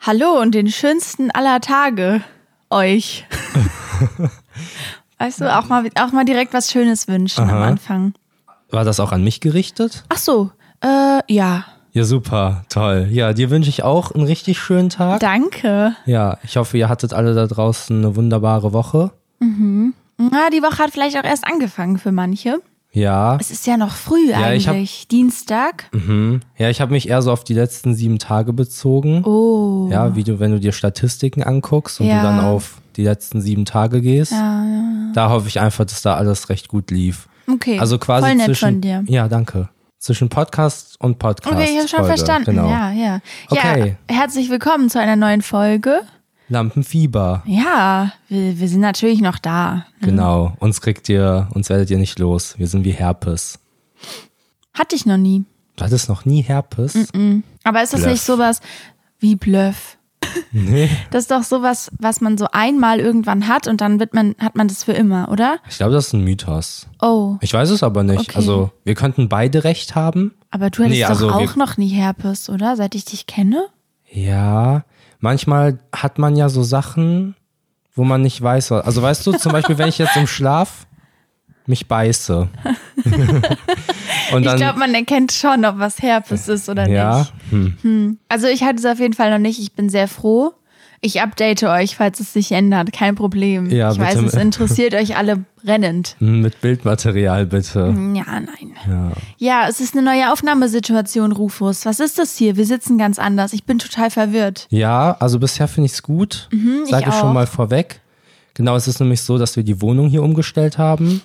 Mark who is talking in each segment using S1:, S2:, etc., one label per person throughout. S1: Hallo und den schönsten aller Tage euch. weißt du, auch mal, auch mal direkt was Schönes wünschen am
S2: Aha.
S1: Anfang.
S2: War das auch an mich gerichtet?
S1: Ach so, äh, ja.
S2: Ja, super, toll. Ja, dir wünsche ich auch einen richtig schönen Tag.
S1: Danke.
S2: Ja, ich hoffe, ihr hattet alle da draußen eine wunderbare Woche.
S1: Na, die Woche hat vielleicht auch erst angefangen für manche.
S2: Ja,
S1: Es ist ja noch früh
S2: Ja, ich hab-
S1: eigentlich. Dienstag.
S2: mhm. ja, ich habe mich eher so auf die letzten sieben Tage bezogen.
S1: Oh.
S2: Ja, wie du, wenn du dir Statistiken anguckst und
S1: Ja.
S2: du dann auf die letzten sieben Tage gehst. Da hoffe ich einfach, dass da alles recht gut lief.
S1: Okay.
S2: Also quasi
S1: Voll nett
S2: zwischen.
S1: von dir.
S2: Ja, danke. Zwischen Podcast und Podcast.
S1: Okay, ich habe schon
S2: Folge.
S1: verstanden.
S2: Genau.
S1: Ja, ja.
S2: Okay.
S1: Ja, herzlich willkommen zu einer neuen Folge.
S2: Lampenfieber.
S1: Ja, wir, wir sind natürlich noch da.
S2: Genau. Uns kriegt ihr, uns werdet ihr nicht los. Wir sind wie Herpes.
S1: Hatte ich noch nie.
S2: Du hattest noch nie Herpes?
S1: Aber ist das
S2: Bluff.
S1: nicht sowas wie Bluff?
S2: Nee.
S1: Das ist doch sowas, was man so einmal irgendwann hat und dann wird man, hat man das für immer, oder?
S2: Ich glaube, das ist ein Mythos.
S1: Oh,
S2: Ich weiß es aber nicht.
S1: Okay.
S2: Also, wir könnten beide recht haben.
S1: aber du hattest
S2: Nee,
S1: doch
S2: also wir-
S1: auch noch nie Herpes, oder? Seit ich dich kenne?
S2: Ja, manchmal hat man ja so Sachen, wo man nicht weiß, was. Also, weißt du, zum Beispiel, wenn ich jetzt im Schlaf mich beiße. Und dann.
S1: ich glaube, man erkennt schon, ob was Herpes ist oder
S2: ja,
S1: nicht. Also ich hatte es auf jeden Fall noch nicht. Ich bin sehr froh. Ich update euch, falls es sich ändert. Kein Problem.
S2: Ja,
S1: ich
S2: bitte.
S1: weiß, es interessiert euch alle brennend.
S2: hm, mit Bildmaterial bitte.
S1: Ja, nein. Ja. es ist eine neue Aufnahmesituation, Rufus. Was ist das hier? Wir sitzen ganz anders. Ich bin total verwirrt.
S2: Ja, also bisher finde ich es gut. Sage ich,
S1: Mhm, auch.
S2: schon mal vorweg. Genau, es ist nämlich so, dass wir die Wohnung hier umgestellt haben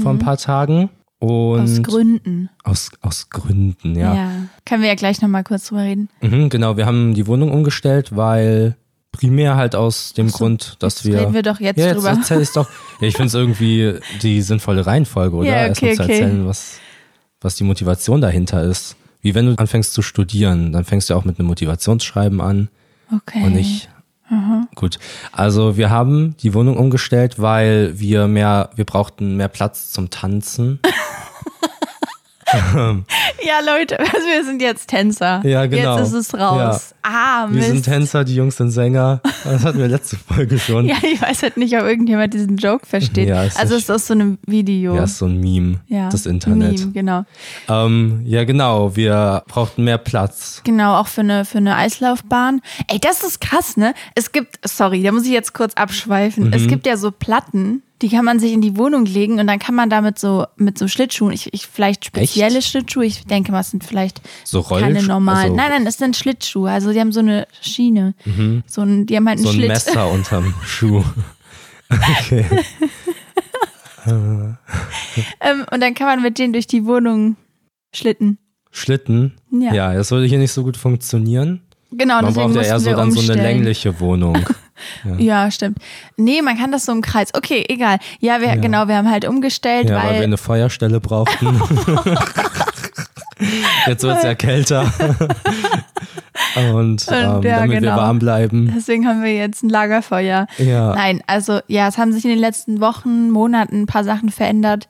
S2: vor ein paar Tagen. Und
S1: Mhm. Aus Gründen.
S2: Aus, aus Gründen, ja.
S1: Können wir ja gleich nochmal kurz drüber reden.
S2: Mhm, genau, wir haben die Wohnung umgestellt, weil primär halt aus dem Grund, dass wir.
S1: reden wir doch jetzt
S2: ja, jetzt
S1: drüber.
S2: Erzähl ich's doch. Ja, ich finde es irgendwie die sinnvolle Reihenfolge, oder?
S1: Ja, okay,
S2: Erstmal zu
S1: okay.
S2: erzählen, was, was die Motivation dahinter ist. Wie wenn du anfängst zu studieren, dann fängst du auch mit einem Motivationsschreiben an
S1: Okay.
S2: und nicht. Gut. Also wir haben die Wohnung umgestellt, weil wir mehr, wir brauchten mehr Platz zum Tanzen.
S1: Ja, Leute, also wir sind jetzt Tänzer.
S2: Ja, genau.
S1: Jetzt ist es raus. Ah,
S2: Wir sind
S1: Mist.
S2: Tänzer, die Jungs sind Sänger. Das hatten wir letzte Folge schon.
S1: ja, ich weiß halt nicht, ob irgendjemand diesen Joke versteht.
S2: Ja, ist
S1: also es
S2: nicht-
S1: ist aus so einem Video.
S2: Ja, ist so ein Meme,
S1: Ja.
S2: das Internet.
S1: Meme, genau.
S2: Ähm, ja, genau, wir brauchten mehr Platz.
S1: Genau, auch für eine, für eine Eislaufbahn. Ey, das ist krass, ne? Es gibt, sorry, da muss ich jetzt kurz abschweifen.
S2: Mhm.
S1: Es gibt ja so Platten, die kann man sich in die Wohnung legen und dann kann man damit so, mit so Schlittschuhen, ich, ich vielleicht spezielle Schlittschuhe, ich denke mal, es sind vielleicht
S2: So
S1: keine
S2: Rollsch-
S1: normalen.
S2: also-
S1: nein, nein, es sind Schlittschuhe. Also die haben so eine Schiene. So ein, die haben halt einen
S2: Mhm. So ein
S1: Schlitt.
S2: Messer unterm Schuh.
S1: Ähm, und dann kann man mit denen durch die Wohnung schlitten.
S2: Schlitten.
S1: Ja.
S2: das würde hier nicht so gut funktionieren.
S1: Genau,
S2: Man
S1: deswegen
S2: braucht
S1: mussten
S2: ja eher so
S1: wir
S2: dann so eine
S1: umstellen.
S2: längliche Wohnung.
S1: Ja, stimmt. Nee, man kann das so im Kreis. Okay, egal. Ja, wir, genau, wir haben halt umgestellt,
S2: ja, weil,
S1: weil
S2: wir eine Feuerstelle brauchten. Jetzt wird es ja kälter. Und, ähm,
S1: ja,
S2: damit wir
S1: genau.
S2: warm bleiben.
S1: Deswegen haben wir jetzt ein Lagerfeuer.
S2: Ja.
S1: Nein, also ja, es haben sich in den letzten Wochen, Monaten ein paar Sachen verändert.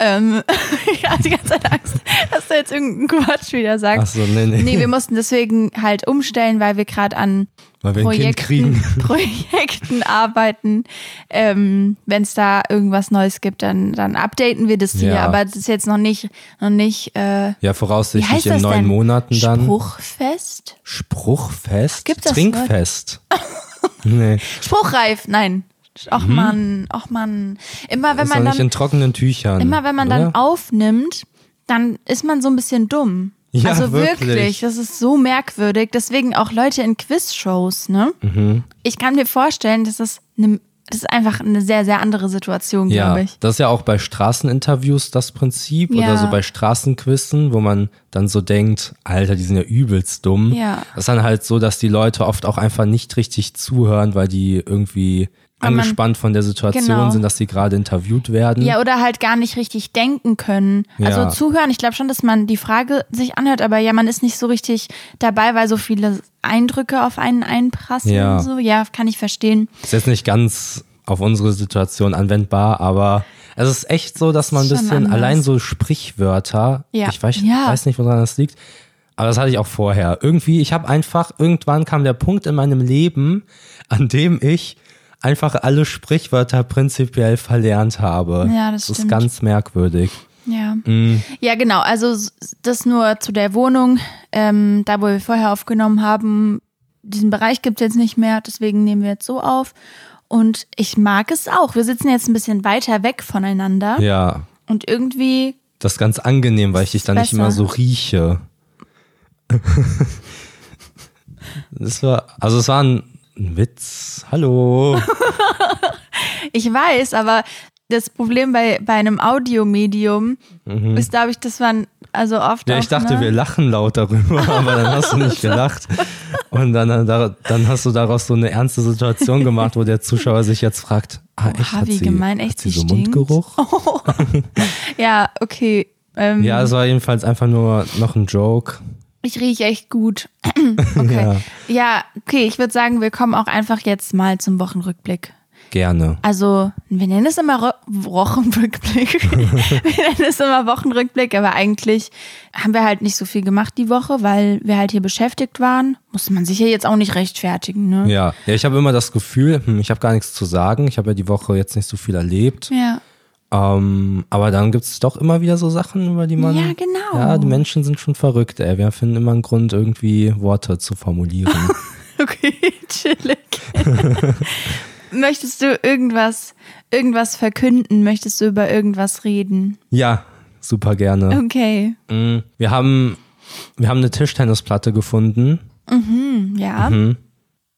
S1: Ähm, ich hatte die ganze Zeit Angst, dass du jetzt irgendeinen Quatsch wieder
S2: Ach
S1: sagst.
S2: so, nee, nee.
S1: Nee, wir mussten deswegen halt umstellen, weil wir gerade an
S2: Weil wir ein Kind
S1: Projekten,
S2: kriegen.
S1: Projekten arbeiten. Ähm, Wenn es da irgendwas Neues gibt, dann, dann updaten wir das hier.
S2: Ja.
S1: Aber es ist jetzt noch nicht, noch nicht äh,
S2: Ja,
S1: wie heißt
S2: voraussichtlich
S1: das
S2: in neun
S1: denn?
S2: Monaten dann.
S1: Spruchfest?
S2: Spruchfest?
S1: Gibt das
S2: Trinkfest. nee,
S1: Spruchreif, nein. Och man, och man. Immer wenn
S2: Mhm. ist noch
S1: man
S2: nicht
S1: dann,
S2: in trockenen Tüchern.
S1: immer wenn man
S2: oder?
S1: dann aufnimmt, dann ist man so ein bisschen dumm.
S2: Ja,
S1: also wirklich.
S2: wirklich.
S1: das ist so merkwürdig. Deswegen auch Leute in Quizshows, ne?
S2: Mhm.
S1: Ich kann mir vorstellen, dass das, ne, das ist einfach eine sehr, sehr andere Situation,
S2: Ja,
S1: glaube ich.
S2: das ist ja auch bei Straßeninterviews das Prinzip
S1: Ja.
S2: oder so bei Straßenquissen, wo man dann so denkt, Alter, die sind ja übelst dumm.
S1: Ja.
S2: Das ist dann halt so, dass die Leute oft auch einfach nicht richtig zuhören, weil die irgendwie
S1: man-
S2: angespannt von der Situation
S1: Genau.
S2: sind, dass sie gerade interviewt werden.
S1: Ja, oder halt gar nicht richtig denken können. Also
S2: Mhm. Ja.
S1: zuhören, ich glaube schon, dass man die Frage sich anhört, aber ja, man ist nicht so richtig dabei, weil so viele Eindrücke auf einen einprasseln.
S2: Ja.
S1: So. ja kann ich verstehen.
S2: Ist jetzt nicht ganz auf unsere Situation anwendbar, aber es ist echt so, dass man ein
S1: Ist schon
S2: bisschen
S1: anders.
S2: allein so Sprichwörter,
S1: Ja.
S2: ich weiß,
S1: Ja.
S2: weiß nicht, woran das liegt, Aber das hatte ich auch vorher. Irgendwie, ich habe einfach, irgendwann kam der Punkt in meinem Leben, an dem ich einfach alle Sprichwörter prinzipiell verlernt habe.
S1: Ja, das
S2: das ist
S1: stimmt.
S2: ganz merkwürdig.
S1: Ja.
S2: Mhm.
S1: Ja, genau. Also s- das nur zu der Wohnung, ähm, da wo wir vorher aufgenommen haben. Diesen Bereich gibt's jetzt nicht mehr, deswegen nehmen wir jetzt so auf. Und ich mag es auch. Wir sitzen jetzt ein bisschen weiter weg voneinander
S2: Ja,
S1: und irgendwie,
S2: das ist ganz angenehm, weil ich dich dann nicht
S1: Besser.
S2: immer so rieche. Das war, also es war ein Witz. Hallo.
S1: ich weiß, aber das Problem bei, bei einem Audiomedium ist, glaube ich, dass man also oft.
S2: Mhm. Ja, ich
S1: auch,
S2: dachte,
S1: ne?
S2: wir lachen laut darüber, aber dann hast du nicht gelacht. Und dann, dann, dann hast du daraus so eine ernste Situation gemacht, wo der Zuschauer sich jetzt fragt, ah, echt,
S1: Oha,
S2: hat
S1: wie
S2: sie,
S1: Oh, gemein, echt,
S2: hat sie
S1: sie
S2: so
S1: stinkt? Oh,
S2: Mundgeruch?
S1: Ja, okay. Ähm,
S2: Ja, es war jedenfalls einfach nur noch ein Joke.
S1: Ich rieche echt gut. Okay. Ja. okay, ich würde sagen, wir kommen auch einfach jetzt mal zum Wochenrückblick.
S2: Gerne.
S1: Also, wir nennen es immer Ro Wochenrückblick. wir nennen es immer Wochenrückblick, aber eigentlich haben wir halt nicht so viel gemacht die Woche, weil wir halt hier beschäftigt waren. Muss man sich ja jetzt auch nicht rechtfertigen, ne?
S2: Ja, ja ich habe immer das Gefühl, hm, ich habe gar nichts zu sagen. Ich habe ja die Woche jetzt nicht so viel erlebt.
S1: Ja.
S2: Ähm, aber dann gibt es doch immer wieder so Sachen, über die man.
S1: Ja, genau.
S2: Ja, die Menschen sind schon verrückt, ey. Wir finden immer einen Grund, irgendwie Worte zu formulieren.
S1: Okay, chillig. Möchtest du irgendwas, irgendwas verkünden? Möchtest du über irgendwas reden?
S2: ja, super gerne.
S1: Okay.
S2: Mm, Wir haben, wir haben eine Tischtennisplatte gefunden
S1: Ja.
S2: Mhm.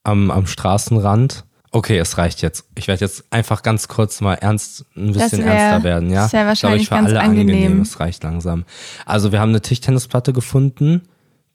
S2: am, am Straßenrand. Okay, es reicht jetzt. Ich werde jetzt einfach ganz kurz mal ernst, ein
S1: Das
S2: bisschen
S1: wär-
S2: ernster werden, ja.
S1: das wär
S2: Ist, glaub
S1: wahrscheinlich
S2: ich, für
S1: ganz
S2: alle
S1: angenehm.
S2: Es reicht langsam. Also wir haben eine Tischtennisplatte gefunden.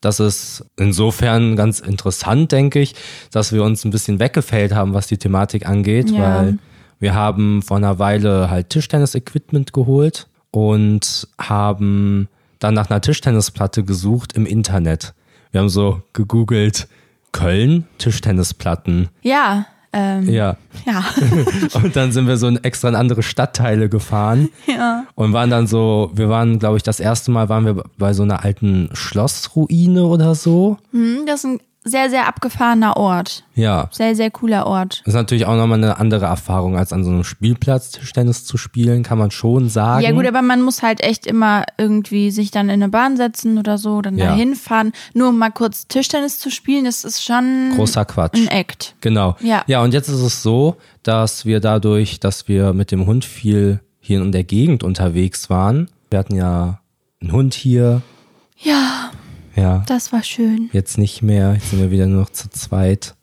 S2: Das ist insofern ganz interessant, denke ich, dass wir uns ein bisschen weggefällt haben, was die Thematik angeht,
S1: Ja.
S2: weil wir haben vor einer Weile halt Tischtennis-Equipment geholt und haben dann nach einer Tischtennisplatte gesucht im Internet. Wir haben so gegoogelt, Köln, Tischtennisplatten.
S1: Ja. Ähm,
S2: Ja.
S1: ja.
S2: Und dann sind wir so in extra in andere Stadtteile gefahren
S1: Ja.
S2: und waren dann so, wir waren, glaube ich, das erste Mal waren wir bei so einer alten Schlossruine oder so.
S1: Hm, Das ist ein sehr, sehr abgefahrener Ort.
S2: Ja.
S1: Sehr, sehr cooler Ort.
S2: Das ist natürlich auch nochmal eine andere Erfahrung, als an so einem Spielplatz Tischtennis zu spielen, kann man schon sagen.
S1: Ja gut, aber man muss halt echt immer irgendwie sich dann in eine Bahn setzen oder so, dann
S2: Ja.
S1: dahin fahren. Nur um mal kurz Tischtennis zu spielen, das ist schon
S2: Großer Quatsch.
S1: ein Act.
S2: Genau.
S1: Ja.
S2: ja, und jetzt ist es so, dass wir dadurch, dass wir mit dem Hund viel hier in der Gegend unterwegs waren, wir hatten ja einen Hund hier,
S1: Ja,
S2: ja,
S1: das war schön.
S2: jetzt nicht mehr, jetzt sind wir wieder nur noch zu zweit.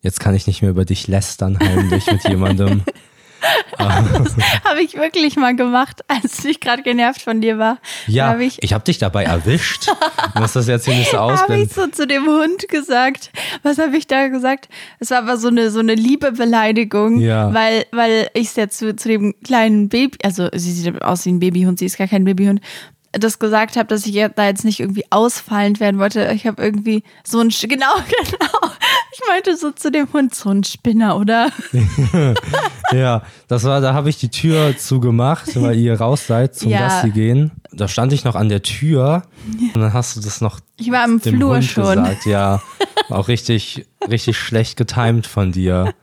S2: Jetzt kann ich nicht mehr über dich lästern heimlich mit jemandem.
S1: Habe ich wirklich mal gemacht, als ich gerade genervt von dir war.
S2: Ja,
S1: Habe ich,
S2: ich, habe dich dabei erwischt. Du musst das jetzt hier nicht so
S1: hab ich
S2: ausblenden.
S1: so zu dem Hund gesagt. Was habe ich da gesagt? Es war aber so eine, so eine liebe Beleidigung,
S2: Ja.
S1: weil, weil ich es ja zu, zu dem kleinen Baby, also sie sieht aus wie ein Babyhund, sie ist gar kein Babyhund, das gesagt habe, dass ich ihr da jetzt nicht irgendwie ausfallend werden wollte. Ich habe irgendwie so ein, Sch- genau, genau. Ich meinte so zu dem Hund, so ein Spinner, oder?
S2: Ja, das war, da habe ich die Tür zugemacht, weil ihr raus seid zum
S1: Ja.
S2: Gassi gehen. Da stand ich noch an der Tür und dann hast du das noch
S1: Ich war im
S2: dem
S1: Flur
S2: Hund
S1: schon.
S2: gesagt. Ja, auch richtig, richtig schlecht getimt von dir.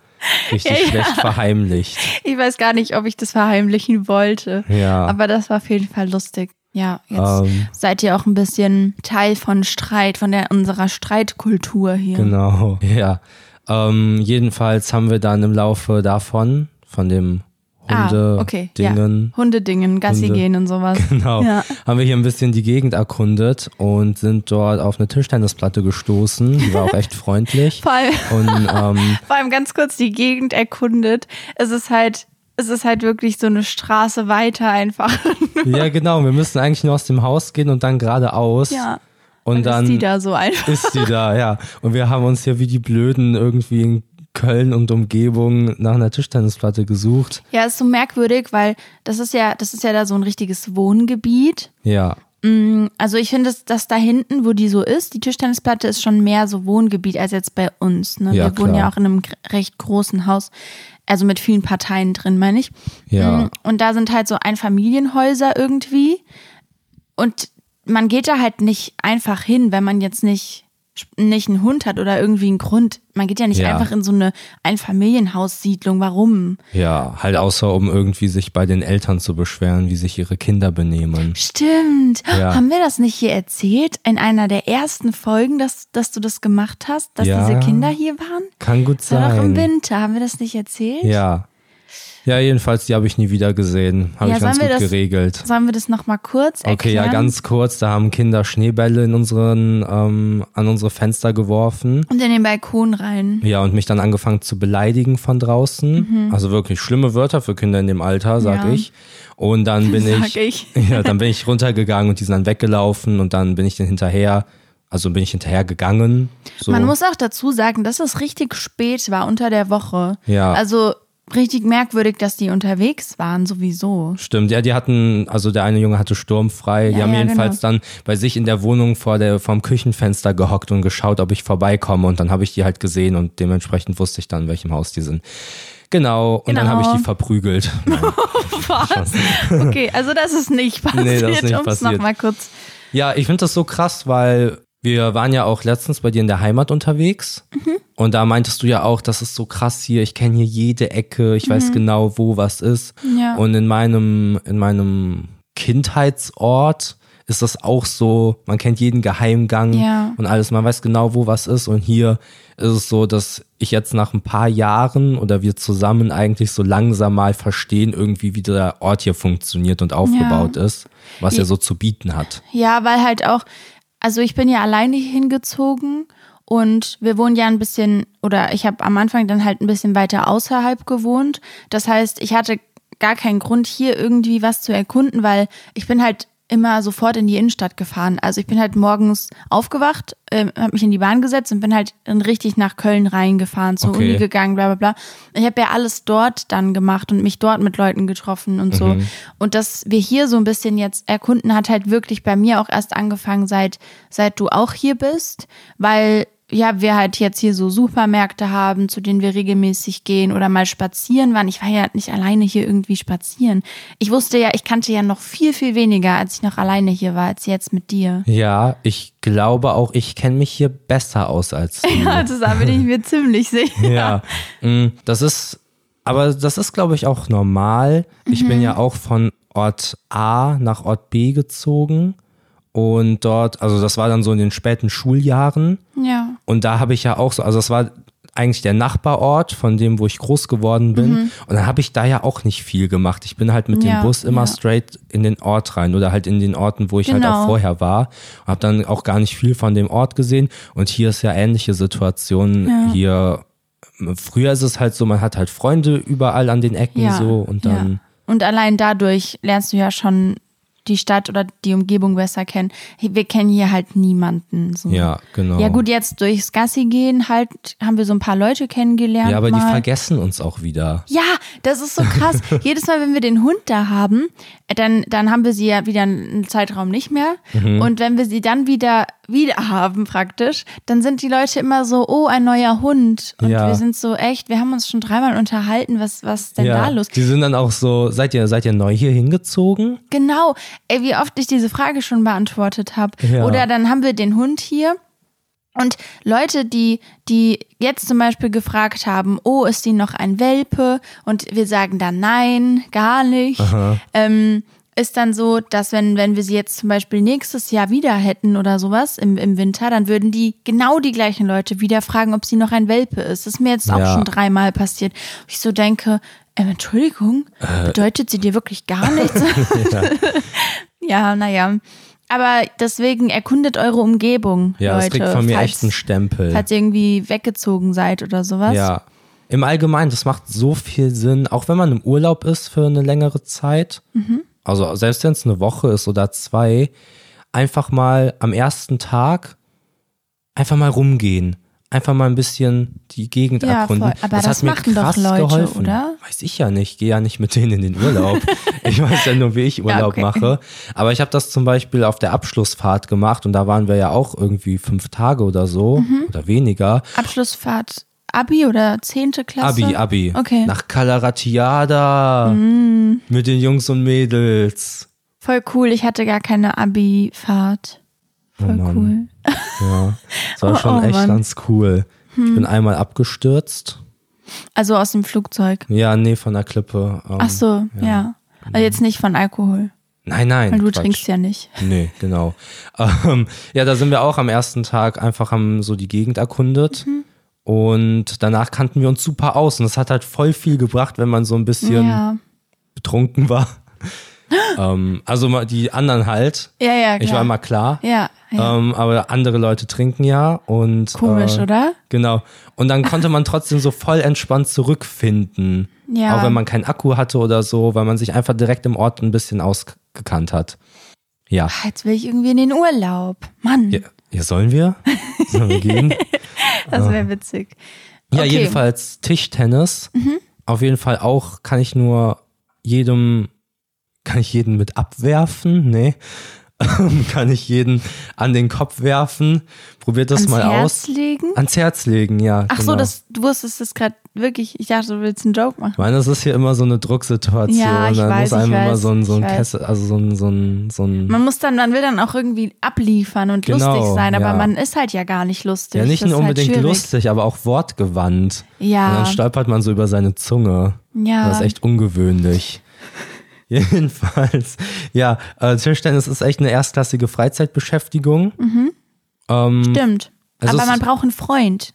S2: Richtig schlecht verheimlicht.
S1: Ich weiß gar nicht, ob ich das verheimlichen wollte.
S2: Ja.
S1: Aber das war auf jeden Fall lustig. Ja, jetzt
S2: Ähm.
S1: seid ihr auch ein bisschen Teil von Streit, von der, unserer Streitkultur hier.
S2: Genau, ja. Ähm, jedenfalls haben wir dann im Laufe davon, von dem Hunde,
S1: ah, okay.
S2: Dingen,
S1: Ja. Hundedingen, Gassi
S2: Hunde.
S1: gehen und sowas.
S2: genau,
S1: Ja.
S2: haben wir hier ein bisschen die Gegend erkundet und sind dort auf eine Tischtennisplatte gestoßen. Die war auch echt freundlich.
S1: Vor allem,
S2: Und ähm,
S1: vor allem ganz kurz die Gegend erkundet. Es ist halt, es ist halt wirklich so eine Straße weiter einfach.
S2: ja, genau, wir müssen eigentlich nur aus dem Haus gehen und dann geradeaus.
S1: ja.
S2: Und
S1: Dann
S2: dann
S1: ist die da so einfach.
S2: ist sie da, ja. Und wir haben uns hier wie die Blöden irgendwie in Köln und Umgebung nach einer Tischtennisplatte gesucht.
S1: Ja, ist so merkwürdig, weil das ist ja, das ist ja da so ein richtiges Wohngebiet.
S2: Ja,
S1: Also ich finde, dass das da hinten, wo die so ist, die Tischtennisplatte ist schon mehr so Wohngebiet als jetzt bei uns. Ne?
S2: Ja,
S1: Wir wohnen ja
S2: klar.
S1: auch in einem gr- recht großen Haus, also mit vielen Parteien drin, meine ich.
S2: Ja.
S1: Mm, Und da sind halt so Einfamilienhäuser irgendwie. Und man geht da halt nicht einfach hin, wenn man jetzt nicht, nicht einen Hund hat oder irgendwie einen Grund. Man geht ja nicht
S2: Ja.
S1: einfach in so eine Einfamilienhaussiedlung. Warum?
S2: Ja, halt außer um irgendwie sich bei den Eltern zu beschweren, wie sich ihre Kinder benehmen.
S1: Stimmt.
S2: Ja.
S1: Haben wir das nicht hier erzählt in einer der ersten Folgen, dass, dass du das gemacht hast, dass
S2: Ja.
S1: diese Kinder hier waren?
S2: Kann gut
S1: Das war doch im
S2: sein.
S1: Winter. Haben wir das nicht erzählt?
S2: Ja. Ja, jedenfalls, die habe ich nie wieder gesehen. Habe
S1: Ja,
S2: ich ganz
S1: sollen wir
S2: gut
S1: das
S2: geregelt.
S1: Sollen wir das nochmal kurz erklären?
S2: Okay, ja, ganz kurz, da haben Kinder Schneebälle in unseren, ähm, an unsere Fenster geworfen.
S1: Und in den Balkon rein.
S2: Ja, und mich dann angefangen zu beleidigen von draußen. Also wirklich schlimme Wörter für Kinder in dem Alter, sag
S1: Mhm. Ja.
S2: ich. Und dann bin
S1: Sag
S2: ich,
S1: ich.
S2: Ja, dann bin ich runtergegangen und die sind dann weggelaufen und dann bin ich den hinterher, also bin ich hinterhergegangen. So.
S1: Man muss auch dazu sagen, dass es richtig spät war unter der Woche.
S2: Ja.
S1: Also richtig merkwürdig, dass die unterwegs waren, sowieso.
S2: Stimmt, ja, die hatten, also der eine Junge hatte sturmfrei.
S1: Ja,
S2: die
S1: genau.
S2: haben
S1: ja,
S2: jedenfalls dann bei sich in der Wohnung vor der, vorm Küchenfenster gehockt und geschaut, ob ich vorbeikomme. Und dann habe ich die halt gesehen und dementsprechend wusste ich dann, in welchem Haus die sind. Genau, und dann
S1: Genau.
S2: habe ich die verprügelt.
S1: Was? Okay, also das ist nicht passiert,
S2: Nee, das ist nicht
S1: um es
S2: passiert.
S1: nochmal kurz.
S2: ja, ich finde das so krass, weil wir waren ja auch letztens bei dir in der Heimat unterwegs.
S1: Mhm.
S2: Und da meintest du ja auch, das ist so krass hier, ich kenne hier jede Ecke, ich weiß genau, wo was ist.
S1: Mhm. Ja.
S2: Und in meinem, in meinem Kindheitsort ist das auch so, man kennt jeden Geheimgang
S1: Ja.
S2: und alles, man weiß genau, wo was ist. Und hier ist es so, dass ich jetzt nach ein paar Jahren oder wir zusammen eigentlich so langsam mal verstehen, irgendwie, wie der Ort hier funktioniert und aufgebaut ist, was er so zu bieten hat.
S1: Ja, weil halt auch, also ich bin ja alleine hingezogen und wir wohnen ja ein bisschen, oder ich habe am Anfang dann halt ein bisschen weiter außerhalb gewohnt. Das heißt, ich hatte gar keinen Grund, hier irgendwie was zu erkunden, weil ich bin halt immer sofort in die Innenstadt gefahren. Also ich bin halt morgens aufgewacht, ähm, habe mich in die Bahn gesetzt und bin halt dann richtig nach Köln reingefahren, zur
S2: Okay.
S1: Uni gegangen, bla bla bla. Ich habe ja alles dort dann gemacht und mich dort mit Leuten getroffen und so. Und dass wir hier so ein bisschen jetzt erkunden, hat halt wirklich bei mir auch erst angefangen, seit, seit du auch hier bist, weil ja, wir halt jetzt hier so Supermärkte haben, zu denen wir regelmäßig gehen oder mal spazieren waren. Ich war ja nicht alleine hier irgendwie spazieren. Ich wusste ja, ich kannte ja noch viel, viel weniger, als ich noch alleine hier war, als jetzt mit dir.
S2: Ja, ich glaube auch, ich kenne mich hier besser aus als du.
S1: Ja, das Also da bin ich mir ziemlich sicher.
S2: Ja, Mm, das ist, aber das ist, glaube ich, auch normal. Ich bin ja auch von Ort A nach Ort B gezogen und dort, also das war dann so in den späten Schuljahren
S1: Ja.
S2: und da habe ich ja auch so, also das war eigentlich der Nachbarort von dem, wo ich groß geworden bin. Und dann habe ich da ja auch nicht viel gemacht. Ich bin halt mit
S1: Mhm. Ja,
S2: dem Bus immer
S1: ja.
S2: straight in den Ort rein oder halt in den Orten, wo ich halt
S1: Genau.
S2: auch vorher war. Habe dann auch gar nicht viel von dem Ort gesehen. Und hier ist ja ähnliche Situation.
S1: Ja.
S2: Hier früher ist es halt so, man hat halt Freunde überall an den Ecken
S1: Ja,
S2: so und dann.
S1: ja. Und allein dadurch lernst du ja schon die Stadt oder die Umgebung besser kennen. Wir kennen hier halt niemanden. So.
S2: Ja, genau.
S1: Ja, gut, jetzt durchs Gassi gehen halt haben wir so ein paar Leute kennengelernt.
S2: Ja, aber die
S1: mal.
S2: vergessen uns auch wieder.
S1: Ja, das ist so krass. Jedes Mal, wenn wir den Hund da haben, äh, dann, dann haben wir sie ja wieder einen Zeitraum nicht mehr.
S2: Mhm.
S1: Und wenn wir sie dann wieder, wieder haben praktisch, dann sind die Leute immer so, oh, ein neuer Hund. Und
S2: Ja.
S1: wir sind so, echt, wir haben uns schon dreimal unterhalten, was, was ist denn da los?
S2: Die sind dann auch so, seid ihr, seid ihr neu hier hingezogen?
S1: Genau, ey, wie oft ich diese Frage schon beantwortet habe.
S2: Ja.
S1: Oder dann haben wir den Hund hier. Und Leute, die, die jetzt zum Beispiel gefragt haben, oh, ist die noch ein Welpe? Und wir sagen dann nein, gar nicht. Ähm, ist dann so, dass wenn, wenn wir sie jetzt zum Beispiel nächstes Jahr wieder hätten oder sowas im, im Winter, dann würden die genau die gleichen Leute wieder fragen, ob sie noch ein Welpe ist. Das ist mir jetzt auch
S2: Ja.
S1: schon dreimal passiert. Ich so denke, ähm, Entschuldigung,
S2: Äh.
S1: bedeutet sie dir wirklich gar nichts? Ja, naja. Aber deswegen erkundet eure Umgebung.
S2: Ja,
S1: Leute,
S2: das kriegt von mir
S1: falls,
S2: echt einen Stempel.
S1: Falls ihr irgendwie weggezogen seid oder sowas.
S2: Ja. Im Allgemeinen, das macht so viel Sinn, auch wenn man im Urlaub ist für eine längere Zeit.
S1: Mhm.
S2: Also selbst wenn es eine Woche ist oder zwei, einfach mal am ersten Tag einfach mal rumgehen. Einfach mal ein bisschen die Gegend
S1: Ja,
S2: erkunden.
S1: voll. Aber das
S2: hat mir
S1: machen doch
S2: krass
S1: Leute,
S2: geholfen.
S1: oder?
S2: Weiß ich ja nicht. Ich gehe ja nicht mit denen in den Urlaub. ich weiß ja nur, wie ich Urlaub
S1: okay.
S2: mache. Aber ich habe das zum Beispiel auf der Abschlussfahrt gemacht und da waren wir ja auch irgendwie fünf Tage oder so
S1: Mhm.
S2: oder weniger.
S1: Abschlussfahrt Abi oder 10. Klasse?
S2: Abi, Abi.
S1: Okay. Mm.
S2: Nach Kalaratiada. Mit den Jungs und Mädels.
S1: Voll cool, ich hatte gar keine Abi-Fahrt. Voll
S2: Oh Mann.
S1: cool.
S2: Ja, das war
S1: Oh,
S2: schon
S1: oh,
S2: echt
S1: Mann. Hm.
S2: ganz cool. Ich bin einmal abgestürzt.
S1: Also aus dem Flugzeug.
S2: Ja, nee, von der Klippe. Ähm,
S1: Ach so, ja. Also jetzt nicht von Alkohol,
S2: Nein, nein.
S1: weil du
S2: Quatsch.
S1: trinkst ja nicht.
S2: Nee, genau. ähm, ja, da sind wir auch am ersten Tag einfach haben so die Gegend erkundet.
S1: Mhm.
S2: Und danach kannten wir uns super aus. Und das hat halt voll viel gebracht, wenn man so ein bisschen
S1: Ja,
S2: betrunken war. ähm, also mal die anderen halt.
S1: ja, ja klar.
S2: Ich war immer klar.
S1: ja, ja.
S2: Ähm, aber andere Leute trinken ja und
S1: Komisch,
S2: äh,
S1: oder?
S2: Genau. Und dann konnte man trotzdem so voll entspannt zurückfinden.
S1: Ja.
S2: Auch wenn man keinen Akku hatte oder so, weil man sich einfach direkt im Ort ein bisschen ausgekannt hat. Ja.
S1: Ach, Jetzt will ich irgendwie in den Urlaub. Mann,
S2: Ja, ja sollen wir? Sollen wir gehen? äh,
S1: das wäre witzig.
S2: Ja,
S1: Okay. Mhm.
S2: jedenfalls Tischtennis. Auf jeden Fall auch kann ich nur jedem, kann ich jeden mit abwerfen? Nee. kann ich jeden an den Kopf werfen? Probiert das
S1: Ans
S2: mal
S1: Herz
S2: aus.
S1: legen?
S2: Ans Herz legen, ja.
S1: Ach
S2: genau.
S1: so, das, du wusstest das gerade wirklich. Ich dachte, du willst einen Joke machen.
S2: Ich meine, das ist hier immer so eine Drucksituation.
S1: Ja, ich
S2: da
S1: weiß,
S2: muss einem
S1: ich
S2: immer
S1: weiß,
S2: so ein, so ein
S1: ich weiß.
S2: Kessel, also so ein, so ein, so ein
S1: Man muss dann, man will dann auch irgendwie abliefern und
S2: Genau,
S1: lustig sein, aber
S2: ja.
S1: man ist halt ja gar nicht lustig.
S2: ja nicht
S1: das
S2: nur
S1: ist
S2: unbedingt
S1: halt schwierig.
S2: lustig, aber auch wortgewandt.
S1: Ja.
S2: Und dann stolpert man so über seine Zunge.
S1: Ja.
S2: Das ist echt ungewöhnlich. Jedenfalls, ja, äh, Tischtennis ist echt eine erstklassige Freizeitbeschäftigung.
S1: Mhm. Stimmt.
S2: Also
S1: aber
S2: es
S1: man
S2: ist-
S1: braucht einen Freund.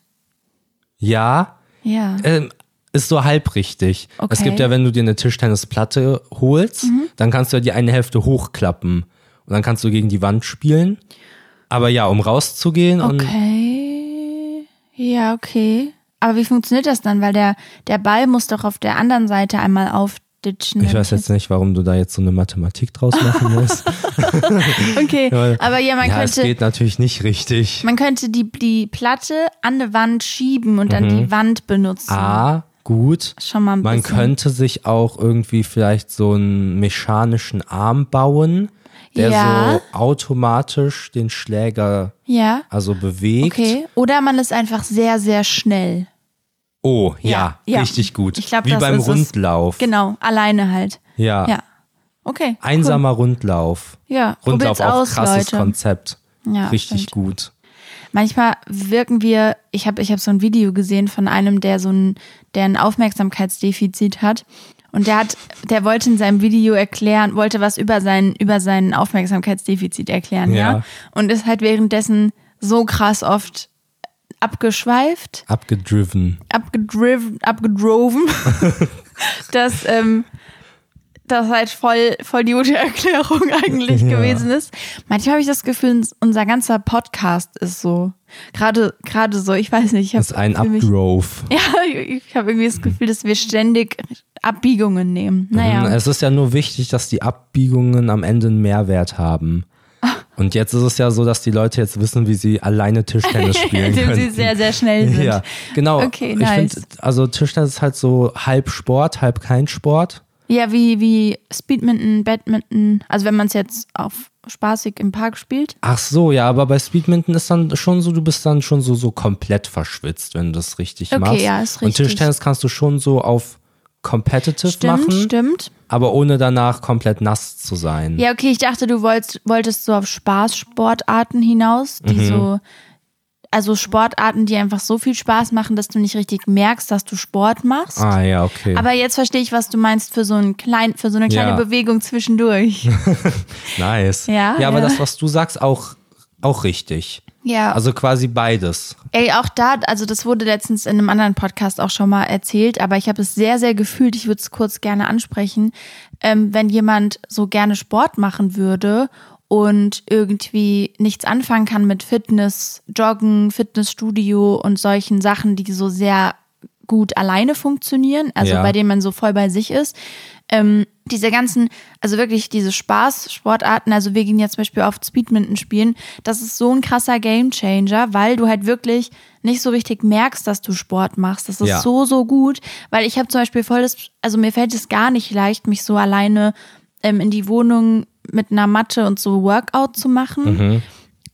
S2: Ja,
S1: Ja.
S2: ähm, ist so halb richtig. Es
S1: Okay. Mhm.
S2: gibt ja, wenn du dir eine Tischtennisplatte holst, dann kannst du ja die eine Hälfte hochklappen und dann kannst du gegen die Wand spielen. Aber ja, um rauszugehen und
S1: okay. Ja, okay. Aber wie funktioniert das dann? Weil der, der Ball muss doch auf der anderen Seite einmal aufditschen.
S2: ich weiß jetzt nicht, warum du da jetzt so eine Mathematik draus machen musst.
S1: Okay, aber ja, man
S2: ja, es
S1: könnte.
S2: geht natürlich nicht richtig.
S1: Man könnte die, die Platte an eine Wand schieben und dann die Wand benutzen.
S2: A, gut.
S1: Schon mal Hm. ein
S2: Mhm. Ah, Man
S1: bisschen.
S2: könnte sich auch irgendwie vielleicht so einen mechanischen Arm bauen, der
S1: Ja.
S2: so automatisch den Schläger
S1: Ja.
S2: also bewegt.
S1: Okay. Oder man ist einfach sehr, sehr schnell.
S2: Oh, ja,
S1: Ja, ja.
S2: richtig gut.
S1: Ich glaub,
S2: Wie
S1: das
S2: beim
S1: ist es.
S2: Rundlauf.
S1: Genau, alleine halt.
S2: Ja.
S1: Ja. Okay.
S2: Einsamer Rundlauf.
S1: Ja,
S2: Rundlauf
S1: probiert's
S2: auch
S1: aus,
S2: krasses
S1: Leute.
S2: Konzept.
S1: Ja,
S2: richtig
S1: stimmt.
S2: gut.
S1: Manchmal wirken wir, ich habe ich hab so ein Video gesehen von einem, der so ein, der ein Aufmerksamkeitsdefizit hat. Und der hat, der wollte in seinem Video erklären, wollte was über seinen, über seinen Aufmerksamkeitsdefizit erklären, ja.
S2: Ja.
S1: Und ist halt währenddessen so krass oft abgeschweift,
S2: Abgedriven.
S1: abgedriven, abgedroven, dass, ähm, das halt voll, voll die gute Erklärung eigentlich
S2: Ja.
S1: gewesen ist. Manchmal habe ich das Gefühl, unser ganzer Podcast ist so. Gerade, gerade so, ich weiß nicht. Ich hab
S2: Das ist ein
S1: für mich-
S2: Upgrove.
S1: Ja, ich, ich habe irgendwie das Gefühl, dass wir ständig Abbiegungen nehmen. Naja.
S2: Es ist ja nur wichtig, dass die Abbiegungen am Ende einen Mehrwert haben.
S1: Ah.
S2: Und jetzt ist es ja so, dass die Leute jetzt wissen, wie sie alleine Tischtennis spielen
S1: Indem
S2: können.
S1: sie sehr, sehr schnell sind.
S2: Ja, genau.
S1: Okay,
S2: ich
S1: nice.
S2: find, also Tischtennis ist halt so halb Sport, halb kein Sport.
S1: Ja, wie, wie Speedminton, Badminton, also wenn man es jetzt auf spaßig im Park spielt.
S2: Ach so, ja, aber bei Speedminton ist dann schon so, du bist dann schon so, so komplett verschwitzt, wenn du das richtig
S1: Okay,
S2: machst.
S1: ja, ist
S2: Und
S1: richtig.
S2: Tischtennis kannst du schon so auf competitive
S1: Stimmt,
S2: machen,
S1: stimmt.
S2: aber ohne danach komplett nass zu sein.
S1: Ja, okay, ich dachte, du wolltest, wolltest so auf Spaßsportarten hinaus,
S2: Mhm.
S1: die so, also Sportarten, die einfach so viel Spaß machen, dass du nicht richtig merkst, dass du Sport machst.
S2: Ah ja, okay.
S1: Aber jetzt verstehe ich, was du meinst für so, einen klein, für so eine kleine
S2: Ja.
S1: Bewegung zwischendurch.
S2: nice.
S1: Ja,
S2: ja aber
S1: ja.
S2: das, was du sagst, auch, auch richtig.
S1: Ja.
S2: Also quasi beides.
S1: Ey, auch da, also das wurde letztens in einem anderen Podcast auch schon mal erzählt, aber ich habe es sehr, sehr gefühlt, ich würde es kurz gerne ansprechen, ähm, wenn jemand so gerne Sport machen würde und irgendwie nichts anfangen kann mit Fitness, Joggen, Fitnessstudio und solchen Sachen, die so sehr gut alleine funktionieren, also
S2: Ja.
S1: bei denen man so voll bei sich ist. Ähm, diese ganzen, also wirklich diese Spaß-Sportarten, also wir gehen jetzt zum Beispiel oft Speedminton spielen, das ist so ein krasser Gamechanger, weil du halt wirklich nicht so richtig merkst, dass du Sport machst. Das ist
S2: Ja.
S1: so, so gut, weil ich habe zum Beispiel voll das, also mir fällt es gar nicht leicht, mich so alleine ähm, in die Wohnung mit einer Matte und so Workout zu machen